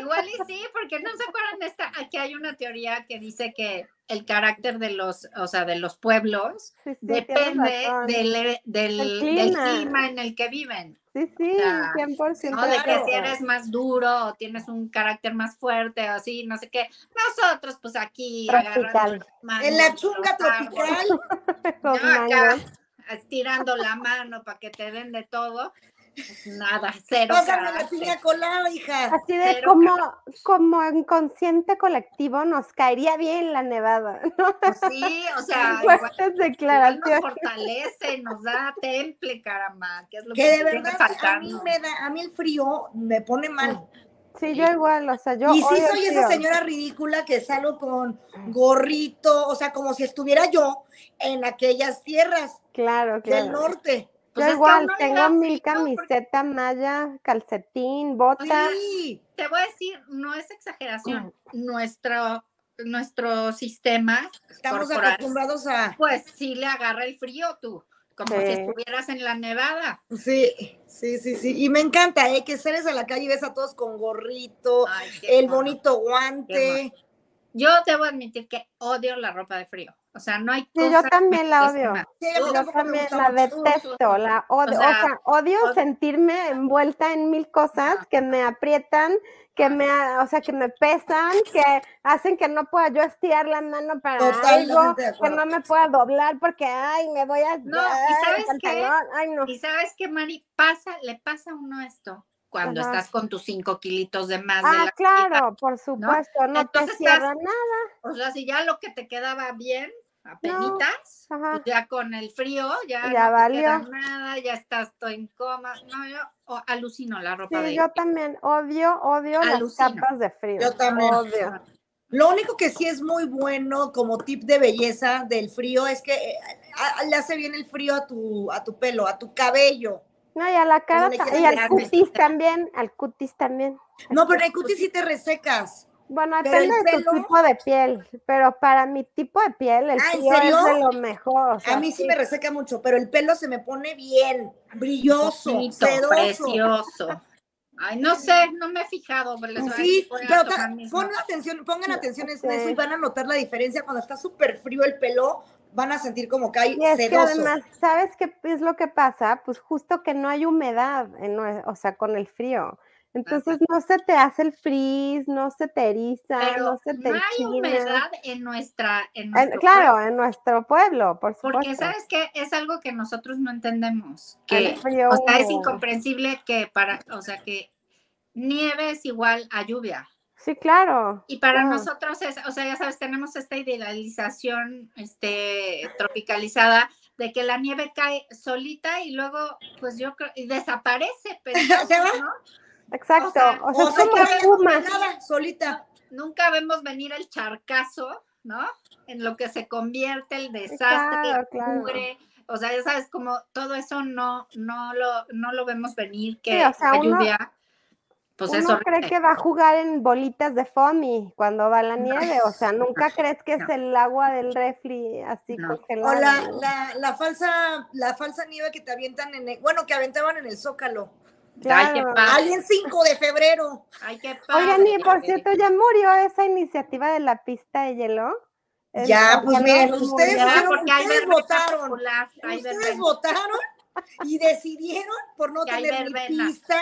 S1: Igual y sí, porque no se acuerdan de esta. Aquí hay una teoría que dice que el carácter de los, o sea, de los pueblos
S2: Sí, sí, tienes
S1: depende
S2: razón.
S1: del, del-
S2: Del
S1: del
S2: clima.
S1: clima en el que viven.
S2: Sí, sí,
S1: sea,
S2: 100%.
S1: ¿no? De que
S2: claro.
S1: si eres más duro o tienes un carácter más fuerte o así, no sé qué. Nosotros, pues aquí agarrando
S2: Tropical.
S1: las manos
S3: En la
S1: de
S3: chunga
S1: los árboles,
S3: tropical.
S1: ¿no?
S2: Con
S1: Acá,
S2: mangos.
S1: estirando la mano para que te den de todo. Pues nada, cero.
S3: Pásame la
S1: carácter.
S3: piña colada, hija.
S2: Así de
S1: Pero-
S2: como, como inconsciente colectivo nos caería bien la nevada. ¿no?
S1: Pues sí, o sea, igual,
S2: Fuertes
S1: igual nos
S2: declaraciones.
S1: fortalece, nos da temple, caramba, que es lo que,
S3: Que de
S1: nos viene
S3: verdad a mí
S1: faltando.
S3: me da, a mí el frío me pone mal.
S2: Sí, yo igual, o sea, yo
S3: y sí
S2: odio
S3: soy
S2: el
S3: esa
S2: frío.
S3: señora ridícula que salgo con gorrito, o sea, como si estuviera yo en aquellas tierras
S2: Claro,
S3: del
S2: claro.
S3: norte.
S1: Pues es
S2: yo
S1: que a
S2: igual,
S1: uno le da
S2: tengo mil
S1: frío porque-
S2: camiseta, malla, calcetín, bota.
S3: Sí.
S1: te voy a decir, no es exageración,
S2: Mm.
S1: nuestro, nuestro sistema
S3: Estamos
S1: corporal,
S3: acostumbrados a.
S1: pues sí le agarra el frío tú, como
S2: Sí.
S1: si estuvieras en la nevada.
S3: Sí, sí, sí, sí. Y me encanta, ¿eh? Que sales a la calle y ves a todos con gorrito,
S1: Ay, qué
S3: el
S1: horror.
S3: bonito guante.
S1: Yo debo admitir que odio la ropa de frío, o sea, no hay
S2: yo
S1: cosa que
S2: también
S1: me
S2: la
S1: moleste
S2: odio.
S1: más.
S3: Sí, a mí
S1: Yo
S2: Yo
S3: tampoco me
S2: también
S3: gusta
S2: la
S3: mucho.
S2: detesto, la odio. O
S1: sea,
S2: sea, odio
S1: od-
S2: sentirme envuelta en mil cosas
S1: Ajá.
S2: que me aprietan, que me, a- o sea, que me pesan, que hacen que no pueda yo estirar la mano para
S3: Totalmente
S2: algo,
S3: de
S2: que
S3: acuerdo.
S2: no me pueda doblar porque, ay, me voy a...
S1: No, ¿y
S2: ay, el
S1: sabes qué?
S2: pantalón, Ay, no.
S1: Y sabes que Mari pasa, le pasa a uno esto cuando
S2: Ajá.
S1: estás con tus cinco kilitos de más de
S2: Ah,
S1: la comida.
S2: claro, por supuesto, no, te
S1: Entonces estás-
S2: cierra nada.
S1: O sea, si ya lo que te quedaba bien, apenitas,
S2: Ajá.
S1: pues ya con el frío, ya,
S2: Ya
S1: no te queda
S2: valió.
S1: nada, ya estás todo en coma. No, yo oh, alucino la ropa de
S2: Sí, yo también odio, odio
S1: Alucino.
S2: las capas de frío.
S3: Yo también.
S2: Odio.
S3: Lo único que sí es muy bueno como tip de belleza del frío es que eh, a- a- le hace bien el frío a tu, a tu pelo, a tu cabello.
S2: No, y a la cara
S3: le
S2: ta-
S3: queda
S2: y al
S3: grande.
S2: cutis también, al cutis también.
S3: No, pero el cutis sí te resecas.
S2: Bueno,
S3: Pero el
S2: depende de tu
S3: pelo-
S2: tipo de piel, pero para mi tipo de piel el
S3: Ah, ¿en
S2: frío es de
S3: serio?
S2: lo mejor. o sea,
S3: A mí sí me reseca mucho, pero el pelo se me pone bien, brilloso,
S1: Bonito,
S3: sedoso.
S1: precioso. Ay, no sé, no me he fijado, pero les voy a-
S3: Sí,
S1: voy a
S3: pero
S1: tomar
S3: ta-
S1: mis
S3: pon
S1: notas.
S3: atención, pongan atención en
S2: Ok.
S3: eso y van a notar la diferencia. Cuando está súper frío el pelo, van a sentir como cae
S2: Y es que
S3: sedoso.
S2: además, ¿sabes qué es lo que pasa? Pues justo que no hay humedad, en nue- o sea, con el frío. Entonces no se te hace el frizz, no se te eriza,
S1: Pero
S2: no se te
S1: no hay
S2: enchina.
S1: humedad en nuestra, en
S2: En-
S3: Ah,
S1: nuestro
S2: claro, en nuestro pueblo, por supuesto.
S1: Porque sabes que es algo que nosotros no entendemos,
S2: Al
S1: que
S2: frío.
S1: o sea, es incomprensible que para, o sea, que nieve es igual a lluvia.
S2: Sí, claro.
S1: Y para
S2: Claro.
S1: nosotros es, o sea, ya sabes, tenemos esta idealización este tropicalizada de que la nieve cae solita y luego pues yo creo y desaparece, pero
S3: Se va.
S1: ¿no?
S2: Exacto. O sea,
S1: sea,
S3: O
S2: es
S3: sea,
S2: como
S3: que hagas
S2: espuma.
S3: nada, solita.
S1: nunca vemos venir el charcazo, ¿no? En lo que se convierte el desastre,
S2: Claro, claro.
S1: mugre, o sea, ya sabes, como todo eso no, no lo, no lo vemos venir, que
S2: Sí, o sea,
S1: la
S2: uno-
S1: lluvia, pues
S2: Uno
S1: eso
S2: cree que va a jugar en bolitas de foamy cuando va la nieve, o sea, nunca crees que es
S1: no.
S2: el agua del refri así
S1: No.
S3: O
S2: congelada.
S3: la,
S2: ¿no?
S3: la, la falsa, la falsa nieve que te avientan en el, bueno, que aventaban en el Zócalo.
S1: Ay, qué
S2: Claro.
S1: padre.
S3: Ahí en 5 de febrero.
S1: hay que
S2: Oigan, y por cierto, ya murió esa iniciativa de la pista de hielo. Es-
S3: Ya,
S2: o
S3: pues
S2: sea,
S3: miren,
S2: murió. Ah,
S3: ustedes hicieron-
S1: porque hay
S3: ustedes
S1: verbena
S3: votaron.
S1: popular, hay
S3: Ustedes
S1: verbena.
S3: votaron y decidieron por no
S1: Que hay
S3: tener ni
S1: verbena.
S3: pista,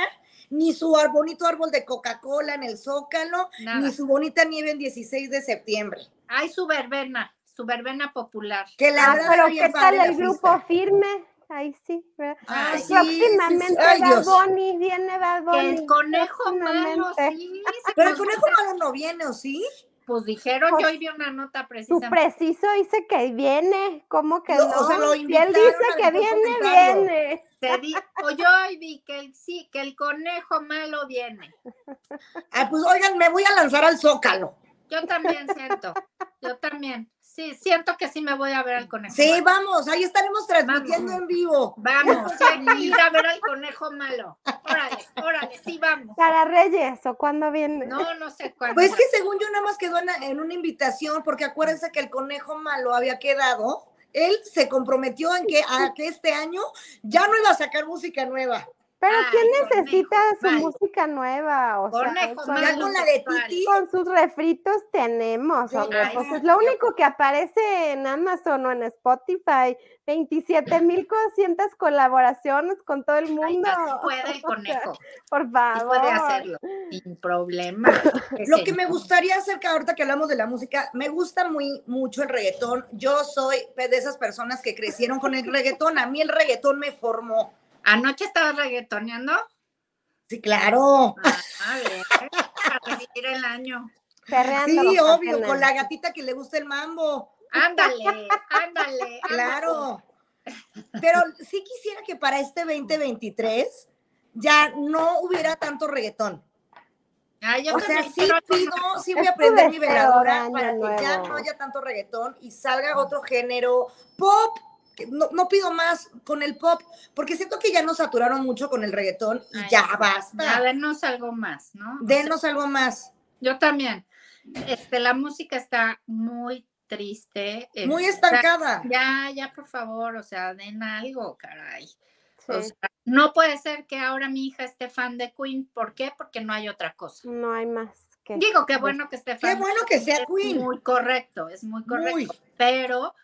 S3: ni su ar- bonito árbol de Coca-Cola en el Zócalo,
S1: Nada.
S3: ni su bonita nieve en 16 de septiembre.
S1: hay su verbena, su verbena popular.
S3: Que la
S2: Ah,
S3: verdad
S2: pero
S3: está bien
S2: ¿qué tal
S3: padre la
S2: el grupo
S3: fiesta.
S2: firme? Ahí sí, ¿verdad? Pues
S3: Ay,
S1: Ay,
S3: sí, sí, sí.
S2: Próximamente
S3: Ay,
S2: Bad
S3: Dios.
S2: Bunny, viene Bad
S1: Que
S2: Bunny.
S1: el conejo malo,
S2: próximamente.
S1: sí.
S3: Pero
S1: nos-
S3: el conejo malo no viene, ¿o sí?
S1: Pues dijeron,
S2: Pues,
S1: yo hoy vi una nota
S2: Su
S1: precisamente.
S2: preciso dice que viene, ¿cómo que
S3: Lo-
S2: no?
S3: o sea, lo
S2: Si él
S3: invitaron
S2: dice
S3: a
S2: que
S3: mejor
S2: viene,
S3: comentarlo.
S2: viene.
S1: Se di- o yo hoy vi que el, sí, que el conejo malo viene.
S3: Ay, pues oigan, me voy a lanzar al Zócalo.
S1: Yo también siento, yo también. Sí, siento que sí me voy a ver al conejo.
S3: Sí,
S1: malo.
S3: vamos, ahí estaremos transmitiendo
S1: Vamos.
S3: en vivo.
S1: Vamos, sí, hay que ir a ver al conejo malo. Órale, órale, sí vamos.
S2: Para Reyes, ¿o cuándo viene?
S1: No, no sé cuándo.
S3: Pues es que según yo nada más quedó en, en una invitación, porque acuérdense que el conejo malo había quedado. Él se comprometió en que, a que este año ya no iba a sacar música nueva.
S2: Pero
S1: Ay,
S2: ¿quién
S1: conejo,
S2: necesita su
S1: vale.
S2: música nueva? O sea,
S1: Conejo
S2: con,
S1: malo.
S3: Ya con la de
S1: vale.
S3: Titi.
S2: con sus refritos tenemos,
S3: Sí,
S2: hombre.
S1: ay,
S2: Pues
S1: sí.
S2: es lo único que aparece en Amazon o en Spotify. 27.400 colaboraciones con todo el
S1: Ay,
S2: mundo.
S1: así puede el conejo,
S2: Por
S1: sí
S2: favor.
S1: puede hacerlo, sin problema.
S3: Lo que me gustaría hacer, que ahorita que hablamos de la música, me gusta muy mucho el reggaetón. Yo soy de esas personas que crecieron con el reggaetón. A mí el reggaetón me formó.
S1: Anoche estabas reggaetoneando.
S3: Sí, claro.
S1: Ah, bien, para recibir el año.
S2: Perreando,
S3: Sí,
S2: más
S3: obvio,
S2: que
S3: con
S2: nada.
S3: la gatita que le gusta el mambo.
S1: Ándale, ándale. ándale.
S3: Claro. Pero sí quisiera que para este 2023 ya no hubiera tanto reggaetón.
S1: Ay, yo
S3: O sea,
S1: también
S3: sí
S1: quiero algo
S3: pido,
S1: más.
S3: sí voy
S2: Es
S3: a
S2: tu
S3: prender mi
S2: deseo,
S3: veladora
S2: Año
S3: para que ya
S2: Nuevo.
S3: no haya tanto reggaetón y salga otro género pop. que No, no pido más con el pop, porque siento que ya nos saturaron mucho con el reggaetón y
S1: Ay,
S3: ya
S1: sí. Ya,
S3: basta.
S1: denos algo más, ¿no? O
S3: Denos algo más.
S1: sea, yo también. Este, la música está muy triste. eh,
S3: Muy
S1: está-
S3: estancada.
S1: Ya, ya, por favor, o sea, den algo, caray. O
S2: Sí,
S1: sea, no puede ser que ahora mi hija esté fan de Queen. ¿Por qué? Porque no hay otra cosa.
S2: no hay más que...
S1: Digo, qué bueno que esté fan.
S3: Qué
S1: de
S3: bueno que sea
S1: Es
S3: Queen.
S1: muy correcto, es muy correcto.
S3: Muy.
S1: Pero,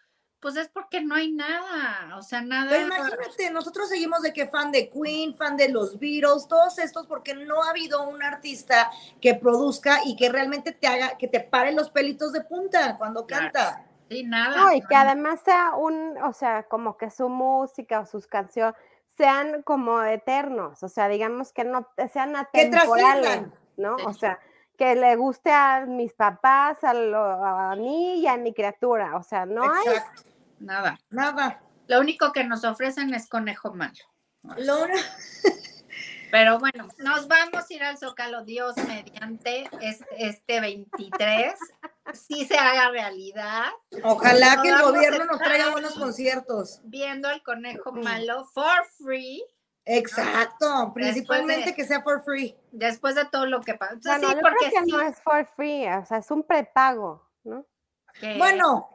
S1: pues es porque no hay nada. O sea, nada.
S2: Pues,
S3: Pero imagínate, nosotros seguimos de que fan de Queen, fan de los Beatles, todos estos, porque no ha habido un artista que produzca y que realmente te haga, que te pare los pelitos de punta cuando
S1: Claro.
S3: canta.
S1: Sí, nada.
S2: No, y
S1: no
S2: que
S1: hay
S2: además sea un, o sea, como que su música o sus canciones sean como eternos, o sea, digamos que no sean
S3: Que
S2: atemporales,
S3: trasciendan.
S2: ¿no?
S1: Sí.
S2: O sea, que le guste a mis papás, a, lo, a mí y a mi criatura. O sea, no hay.
S3: Exacto.
S1: Nada.
S3: Nada.
S1: Lo único que nos ofrecen es conejo malo.
S3: Lora.
S1: Pero bueno, nos vamos a ir al Zócalo Dios mediante este, este 23. Si se haga realidad,
S3: Ojalá
S1: No
S3: que el
S1: vamos a
S3: gobierno nos
S1: estar
S3: traiga
S1: ahí.
S3: buenos conciertos.
S1: viendo al conejo
S2: Mm.
S1: malo for free,
S3: Exacto.
S1: Después
S3: Principalmente
S1: de-
S3: que sea for free.
S1: después de todo lo que pasa.
S2: Bueno,
S1: sí,
S2: yo
S1: porque
S2: creo que
S1: sí.
S2: no es for free, o sea, es un prepago, ¿no?
S1: que-
S3: Bueno,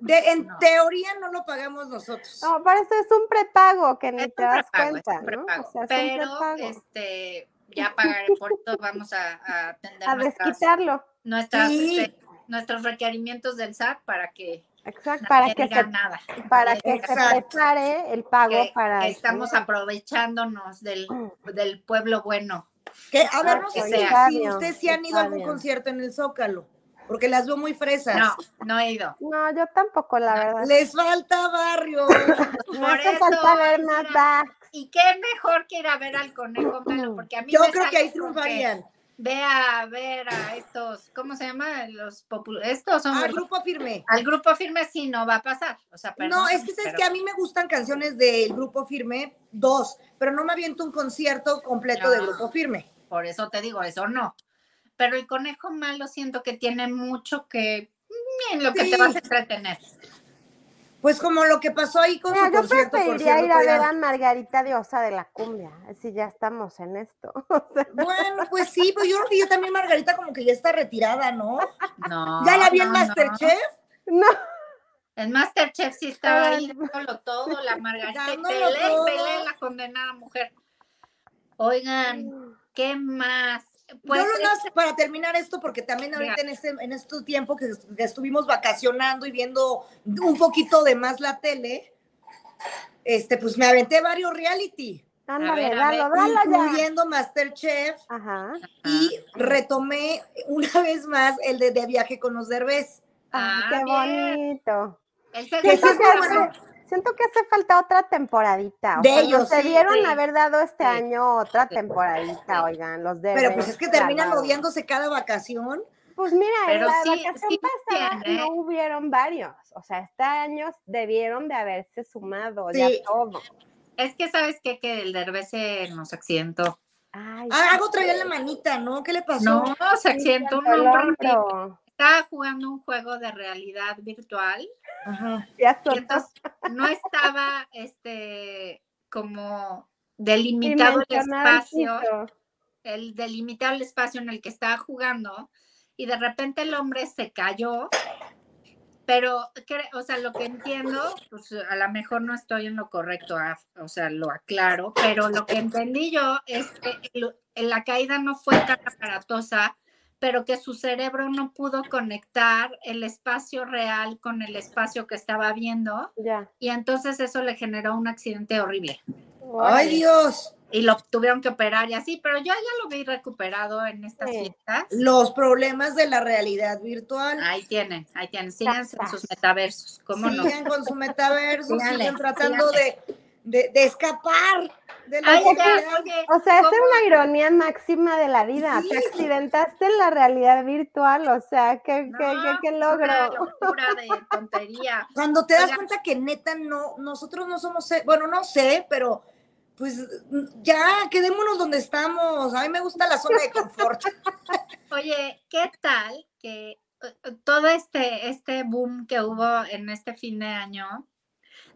S3: de, en
S1: No.
S3: teoría no lo pagamos nosotros.
S2: No, por eso es un prepago que ni
S1: Es
S2: te
S1: un
S2: das
S1: prepago, es
S2: cuenta,
S1: un
S2: ¿no?
S1: prepago,
S2: O sea, es
S1: pero
S2: un prepago.
S1: este ya pagaré por esto, vamos a, a atender
S2: a
S1: nuestras,
S2: desquitarlo,
S1: nuestras,
S3: Sí.
S1: este, nuestros requerimientos del SAT para que
S2: exacto,
S1: nadie
S2: para que
S1: diga
S2: se,
S1: nada.
S2: para
S1: nadie
S2: que
S1: diga
S2: se
S3: Exacto.
S2: prepare el pago
S1: que-
S2: para.
S1: que
S2: el
S1: estamos
S2: señor.
S1: aprovechándonos del,
S3: Mm.
S1: del pueblo bueno.
S3: Que, a ver, no
S1: que
S3: sé
S1: sea.
S3: si ustedes sí han ido a algún
S2: Octavio.
S3: concierto en el Zócalo, porque las veo muy fresas.
S1: No, no he ido.
S2: No, yo tampoco, la verdad.
S3: Les falta barrio.
S2: Me
S1: Ah, Por
S2: hace
S1: eso,
S2: falta ver
S1: Sara.
S2: más backs.
S1: Y qué mejor que ir a ver al conejo malo, porque a mí
S3: Mm. Yo
S1: me
S3: creo que
S1: sale
S3: ahí
S1: con
S3: triunfarían.
S1: Ve a ver a estos, ¿cómo se llama? Los popu- estos son
S3: Ah,
S1: los-
S3: grupo firme.
S1: al grupo firme sí no va a pasar. O sea, perdón,
S3: no, es que sabes
S1: pero-
S3: que a mí me gustan canciones del grupo firme, dos, pero no me aviento un concierto completo de
S1: No.
S3: grupo firme.
S1: por eso te digo, eso no. Pero el conejo malo siento que tiene mucho que mm, en lo que
S3: Sí.
S1: te vas a entretener.
S3: Pues como lo que pasó ahí con
S2: Mira,
S3: su
S2: yo
S3: concierto. por
S2: preferiría ir a
S3: cierto, ya-
S2: ver a Margarita Diosa de la cumbia, eh, si ya estamos en esto.
S3: Bueno, pues sí, pues yo creo que ya también Margarita como que ya está retirada, ¿no?
S1: No.
S3: ya la vi en
S1: no, no.
S3: Masterchef,
S2: No,
S1: En Masterchef sí estaba
S2: Ah,
S1: ahí
S2: no.
S1: dándolo todo, la Margarita, y
S3: Dándolo
S1: pelea y
S3: todo.
S1: pelea la condenada mujer. Oigan, ¿qué más?
S3: yo lo
S1: eh,
S3: más para terminar esto, porque también ahorita en este, en este tiempo que, est- que estuvimos vacacionando y viendo un poquito de más la tele, este, pues me aventé varios reality,
S2: ándale,
S1: ver, a
S2: dalo, dalo ya.
S3: incluyendo Masterchef,
S2: Ajá.
S1: Ah,
S3: y retomé una vez más el de, de viaje con los derbés.
S2: Ah,
S1: Ah,
S2: qué
S1: bien.
S2: bonito.
S1: el
S3: Que
S1: segundo
S3: sí es muy
S1: programa,
S3: bueno.
S2: Siento que hace falta otra temporadita. O
S3: De
S2: sea,
S3: ellos,
S2: nos
S3: sí,
S2: debieron
S1: sí.
S2: haber dado este
S1: Sí.
S2: año otra
S1: Sí.
S2: temporadita,
S1: Sí.
S2: oigan, los de.
S3: Pero pues es que terminan odiándose cada vacación.
S2: Pues mira, en
S1: Pero
S2: la
S1: sí-
S2: vacación
S1: sí
S2: pasada
S1: tiene. ¿eh?
S2: no hubieron varios. O sea, este año debieron de haberse sumado
S3: Sí.
S2: ya todo.
S1: Es que sabes qué? que el derbez se nos accidentó.
S2: Ay,
S3: Ah,
S2: sí,
S3: algo traía en la
S2: sí,
S3: manita, ¿no? ¿Qué le pasó?
S1: No, se accidentó un
S2: siento el
S1: hombre que
S2: hombro.
S1: estaba jugando un juego de realidad virtual
S3: Ajá.
S2: Ya
S1: y
S2: soltó.
S1: entonces no estaba este como delimitado el
S2: Dimensionado el
S1: espacio,
S2: sitio.
S1: el delimitado el espacio en el que estaba jugando y de repente el hombre se cayó. Pero, cre- o sea, lo que entiendo, pues a lo mejor no estoy en lo correcto, af- o sea, lo aclaro, pero lo que entendí yo es que el- la caída no fue tan aparatosa, pero que su cerebro no pudo conectar el espacio real con el espacio que estaba viendo
S2: Ya.
S1: y entonces eso le generó un accidente horrible
S3: Ay,
S2: Órale.
S3: Dios.
S1: y lo tuvieron que operar y así, pero yo ya lo vi recuperado en estas
S2: Sí.
S1: fiestas.
S3: Los problemas de la realidad virtual.
S1: Ahí tienen, ahí tienen, síganse en sus metaversos, ¿cómo no?
S3: sigan con su metaverso,
S1: Síganle,
S3: siguen tratando de, de, de escapar de la
S1: Ay, ya,
S3: realidad.
S1: oye,
S2: O sea, esa es
S1: ¿cómo?
S2: una ironía máxima de la vida. Te
S3: Sí.
S2: accidentaste en la realidad virtual, o sea, qué,
S1: No,
S2: qué, qué, qué
S1: es
S2: logro.
S1: una locura de tontería.
S3: Cuando te das
S1: Oigan.
S3: cuenta que neta no, nosotros no somos, se- bueno, no sé, pero pues ya quedémonos donde estamos. A mí me gusta la zona de confort.
S1: Oye, ¿qué tal que eh, eh, todo este, este boom que hubo en este fin de año,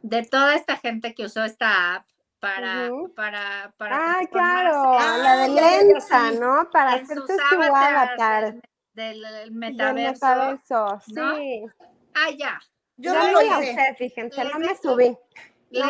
S1: de toda esta gente que usó esta app para,
S2: Ujú.
S1: para, para
S2: Ah,
S1: transformarse
S2: claro,
S3: Ah,
S2: la de
S3: ya, ya, ya,
S2: Lenza,
S3: sí.
S2: ¿no? Para
S1: en sus
S2: hacerte tu
S1: avatars
S2: avatar
S1: del- del
S2: del
S1: metaverso.
S2: metaverso.
S1: ¿no?
S2: Sí,
S1: Ah, ya.
S3: Yo
S2: Yo
S3: no
S2: no
S3: lo
S2: la
S3: hice.
S2: usé, fíjense,
S1: Les
S2: no me
S1: dejo-
S2: subí. No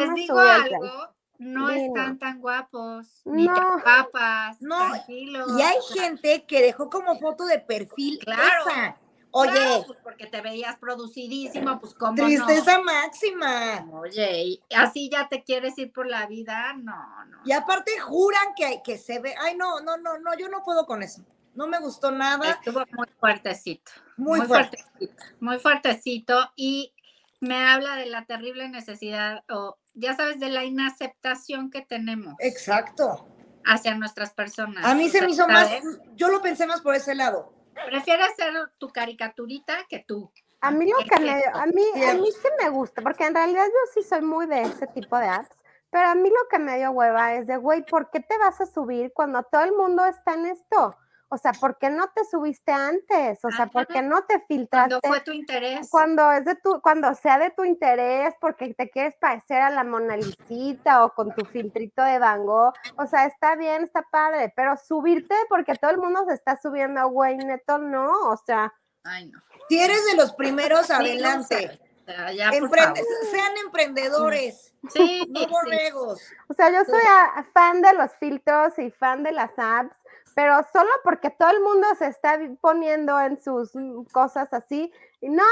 S1: Les
S2: me
S1: digo
S2: subí al tren.
S1: algo, no
S2: Dime.
S1: están tan guapos, ni
S2: No.
S1: tan guapas,
S3: No,
S1: tranquilos.
S3: Y hay
S1: o sea,
S3: gente que dejó como foto de perfil
S1: Claro.
S3: esa. Oye,
S1: claro, pues, porque te veías producidísimo, pues cómo no?
S3: tristeza máxima.
S1: Oye, y así ya te quieres ir por la vida, no, no.
S3: Y aparte juran que, que se ve. Ay, no, no, no, no, yo no puedo con eso. No me gustó nada.
S1: Estuvo muy fuertecito,
S3: Muy, fuerte.
S1: fuertecito, muy fuertecito y me habla de la terrible necesidad o ya sabes de la inaceptación que tenemos.
S3: Exacto.
S1: hacia nuestras personas.
S3: A mí se me hizo más,
S1: Ah, ¿sabes?
S3: yo lo pensé más por ese lado.
S1: Prefiero hacer tu caricaturita que tú.
S2: A mí lo que me,
S1: Exacto.
S2: a mí, a mí sí me gusta, porque en realidad yo sí soy muy de ese tipo de apps, pero a mí lo que me dio hueva es de, güey, ¿por qué te vas a subir cuando todo el mundo está en esto? O sea, ¿por qué no te subiste antes? O sea, ¿por qué no te
S1: Cuando
S2: filtraste?
S1: fue tu interés.
S2: Cuando es de tu, cuando sea de tu interés, porque te quieres parecer a la Mona Lisita o con tu filtrito de Van Gogh, o sea, está bien, está padre, pero subirte porque todo el mundo se está subiendo, güey, neto, no, o sea,
S1: Ay, no.
S3: Si eres de los primeros,
S1: Sí,
S3: adelante.
S1: o sea, ya, por
S3: Emprende-
S1: favor.
S3: sean emprendedores,
S1: Sí,
S3: no
S1: sí.
S3: borregos.
S2: O sea, yo soy a- fan de los filtros y fan de las apps, pero solo porque todo el mundo se está vi- poniendo en sus mm, cosas así. Y no,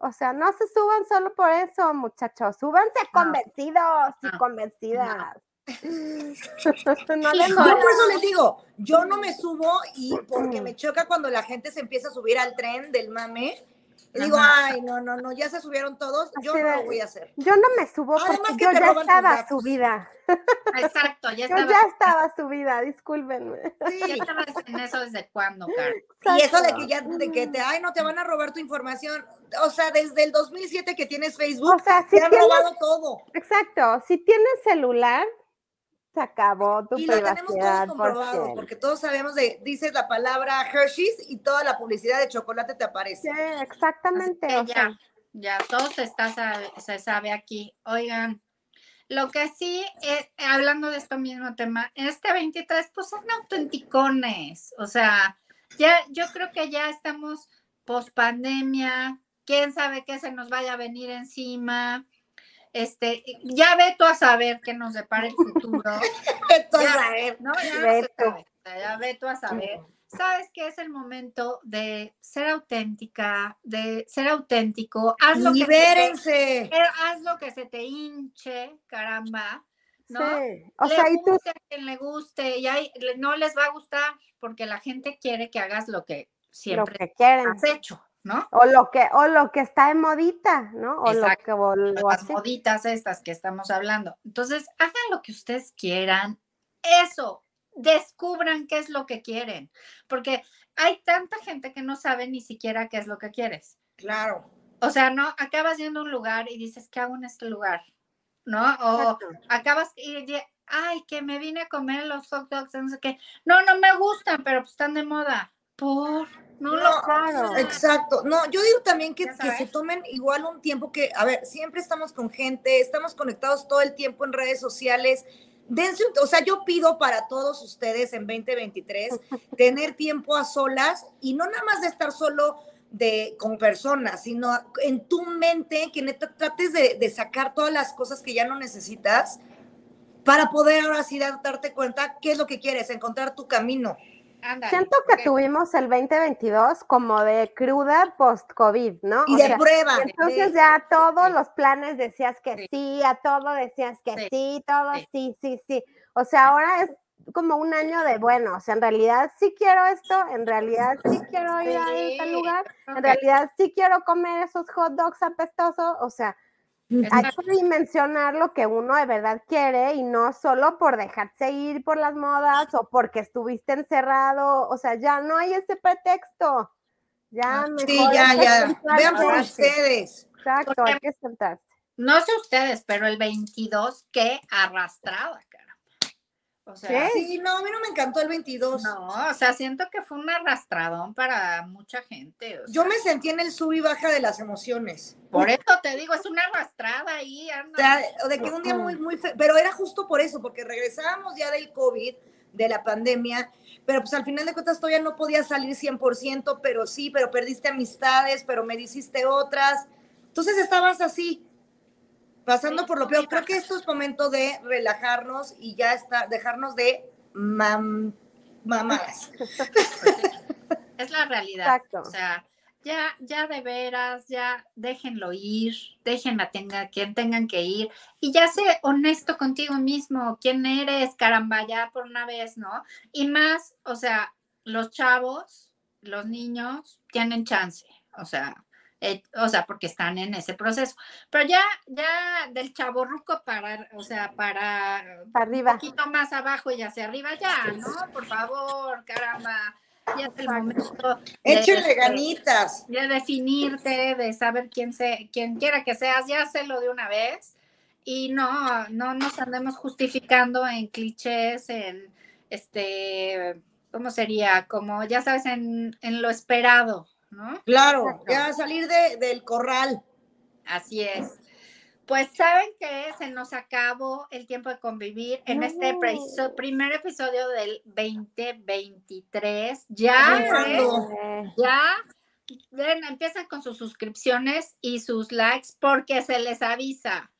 S2: o sea, no se suban solo por eso, muchachos. Súbanse
S1: No.
S2: convencidos y
S1: No.
S2: convencidas. No le
S1: Híjole.
S2: muevan.
S3: Yo por eso les digo, yo no me subo y porque
S1: Mm.
S3: me choca cuando la gente se empieza a subir al tren del mame. Y digo,
S1: Ajá.
S3: ay, no, no, no, ya se subieron todos, yo
S2: Así
S3: no lo
S2: de-
S3: voy a hacer.
S2: Yo no me subo
S3: Además
S2: porque
S3: que
S2: yo
S3: te
S2: ya
S3: roban tus
S2: estaba
S3: datos.
S2: subida.
S1: Exacto, ya
S2: Yo
S1: estaba,
S2: ya estaba subida, discúlpenme.
S1: ya
S3: Sí.
S1: estabas en eso desde cuándo, Karen.
S3: Y eso de
S2: Exacto.
S3: que ya, de que te, ay, no te van a robar tu información. O sea, desde el 2007 que tienes Facebook,
S2: O
S1: Pues,
S2: sea, si
S3: te han
S2: tienes,
S3: robado todo.
S2: exacto, si tienes celular, se acabó tu
S3: Y lo
S2: privacidad.
S3: tenemos todos
S2: porque-
S3: comprobado, porque todos sabemos de, dices la palabra Hershey's y toda la publicidad de chocolate te
S2: Sí,
S3: aparece.
S1: Así
S2: exactamente.
S1: que
S2: o sea,
S1: Eh, ya, ya, todo se, está, sabe- se sabe aquí. Oigan, lo que sí, es, hablando de este mismo tema, este 23, pues son autenticones. O sea, ya, yo creo que ya estamos post pandemia, quién sabe qué se nos vaya a venir encima. Este, ya ve tú a saber qué nos depara el futuro.
S3: Entonces,
S1: Ya.
S3: a ver,
S1: No, ya
S2: Ve
S1: se
S2: tú.
S1: sabe, o sea, ya ve tú a saber. Sabes que es el momento de ser auténtica, de ser auténtico. Haz lo, que se te,
S3: libérense.
S1: pero haz lo que se te hinche, caramba. ¿no?
S2: sí, O
S1: Le
S2: sea, y tú,
S1: guste a quien le guste y ahí le- no les va a gustar porque la gente quiere que hagas lo que
S2: lo
S1: siempre
S2: que quieren.
S1: has hecho, ¿no?
S2: O lo que, o lo que está de modita, ¿no? O
S1: Exacto,
S2: lo que o- o
S1: las
S2: así.
S1: moditas estas que estamos hablando. Entonces, hagan lo que ustedes quieran. Eso, descubran qué es lo que quieren. Porque hay tanta gente que no sabe ni siquiera qué es lo que quieres.
S3: Claro.
S1: O sea, no acabas yendo a un lugar y dices, ¿qué hago en este lugar? ¿No? O
S2: Exacto.
S1: acabas y di- ay, que me vine a comer los hot dogs, no sé qué. No, no me gustan, pero pues están de moda. Por, no, lo
S3: No,
S2: claro.
S3: Exacto. No, yo digo también que,
S1: Ya
S3: que se
S1: sabes.
S3: tomen igual un tiempo que, a ver, siempre estamos con gente, estamos conectados todo el tiempo en redes sociales. Dense, un- o sea, yo pido para todos ustedes en 2023 tener tiempo a solas y no nada más de estar solo de, con personas, sino en tu mente que neta trates de, de sacar todas las cosas que ya no necesitas para poder ahora sí dar- darte cuenta qué es lo que quieres, encontrar tu camino.
S1: Ándale,
S2: Siento que
S1: porque-
S2: tuvimos el 2022 como de cruda post-COVID, ¿no?
S3: Y
S2: O
S3: de
S2: sea,
S3: prueba.
S2: y entonces
S3: de-
S2: ya todos
S1: sí.
S2: los planes decías que
S1: Sí.
S2: sí, a todo decías que
S1: Sí,
S2: sí, todo
S1: sí.
S2: sí. sí, sí, O sea, ahora es como un año de bueno, o sea, en realidad sí quiero esto, en realidad sí quiero ir a este
S1: Sí,
S2: lugar,
S1: creo
S2: en
S1: que-
S2: realidad sí quiero comer esos hot dogs apestosos, o sea, hay
S1: Exacto.
S2: que dimensionar lo que uno de verdad quiere y no solo por dejarse ir por las modas o porque estuviste encerrado, o sea, ya no hay ese pretexto. Ya,
S1: Ah,
S3: Sí,
S2: mejor
S3: ya,
S2: hay que
S3: ya. Vean por
S2: sentarse.
S3: ustedes.
S2: Exacto, hay que sentarse.
S1: No sé ustedes, pero el 22, qué arrastrada, cara. O sea,
S2: Sí. pues.
S3: Sí, no, a mí no me encantó el 22.
S1: no, o sea, siento que fue un arrastradón para mucha gente. o
S3: Yo
S1: sea,
S3: me sentí en el sub y baja de las emociones.
S1: Por eso te digo, es una arrastrada ahí,
S3: O
S1: anda.
S3: sea, o de que un día muy, muy feo, pero era justo por eso, porque regresábamos ya del COVID, de la pandemia, pero pues al final de cuentas todavía no podía salir 100%, pero sí, pero perdiste amistades, pero me hiciste otras. Entonces estabas así, pasando
S1: Sí,
S3: por lo
S1: sub y
S3: peor. Creo que
S1: baja.
S3: esto es momento de relajarnos y ya está, dejarnos de mam- mamadas.
S1: es la realidad.
S2: Exacto.
S1: O sea, ya, ya de veras, ya déjenlo ir, déjenla tenga quien tengan que ir y ya sé honesto contigo mismo, quién eres, caramba, ya por una vez, ¿no? Y más, o sea, los chavos, los niños tienen chance, o sea, eh, o sea, porque están en ese proceso. Pero ya, ya del chaborruco para, o sea, para,
S2: para arriba.
S1: un poquito más abajo y hacia arriba ya, ¿no? Por favor, caramba. Ya es el momento. de-
S3: Échenle
S1: de-
S3: ganitas.
S1: de definirte, de saber quién se, quién quiera que seas, ya hacelo de una vez y no, no nos andemos justificando en clichés, en este, ¿cómo sería? Como ya sabes, en, en lo esperado, ¿no?
S3: Claro,
S1: Exacto.
S3: ya salir de- del corral.
S1: Así es. Pues saben que se nos acabó el tiempo de convivir en este
S2: No.
S1: preciso- primer episodio del 2023. Ya
S3: Comenzando.
S1: es
S2: Eh,
S1: ya ven, empiezan con sus suscripciones y sus likes porque se les avisa.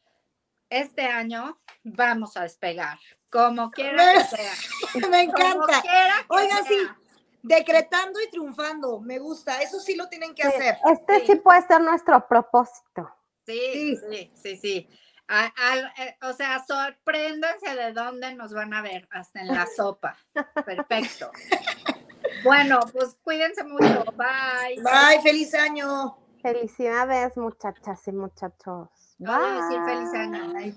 S1: Este año vamos a despegar, como quiera que sea.
S3: Me
S1: Como
S3: encanta.
S1: quiera que
S3: Oigan, sí,
S1: sea.
S3: decretando y triunfando. Me gusta. Eso sí lo tienen que hacer.
S2: Este
S1: Sí.
S2: sí puede ser nuestro propósito.
S1: Sí, sí, sí, sí. A- al- eh, o sea, sorpréndanse de dónde nos van a ver, hasta en la sopa. Perfecto. Bueno, pues cuídense mucho. Bye.
S3: Bye, feliz año.
S2: Felicidades, muchachas y muchachos.
S1: No debo decir feliz año.
S3: Bye.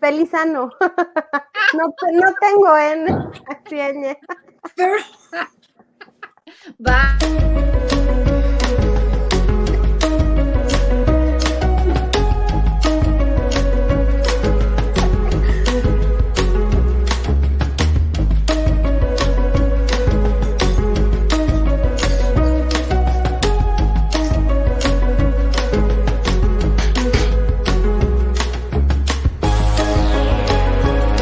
S2: Feliz ano. no, te- no tengo N. Así, ñ.
S3: Pero-
S1: Bye.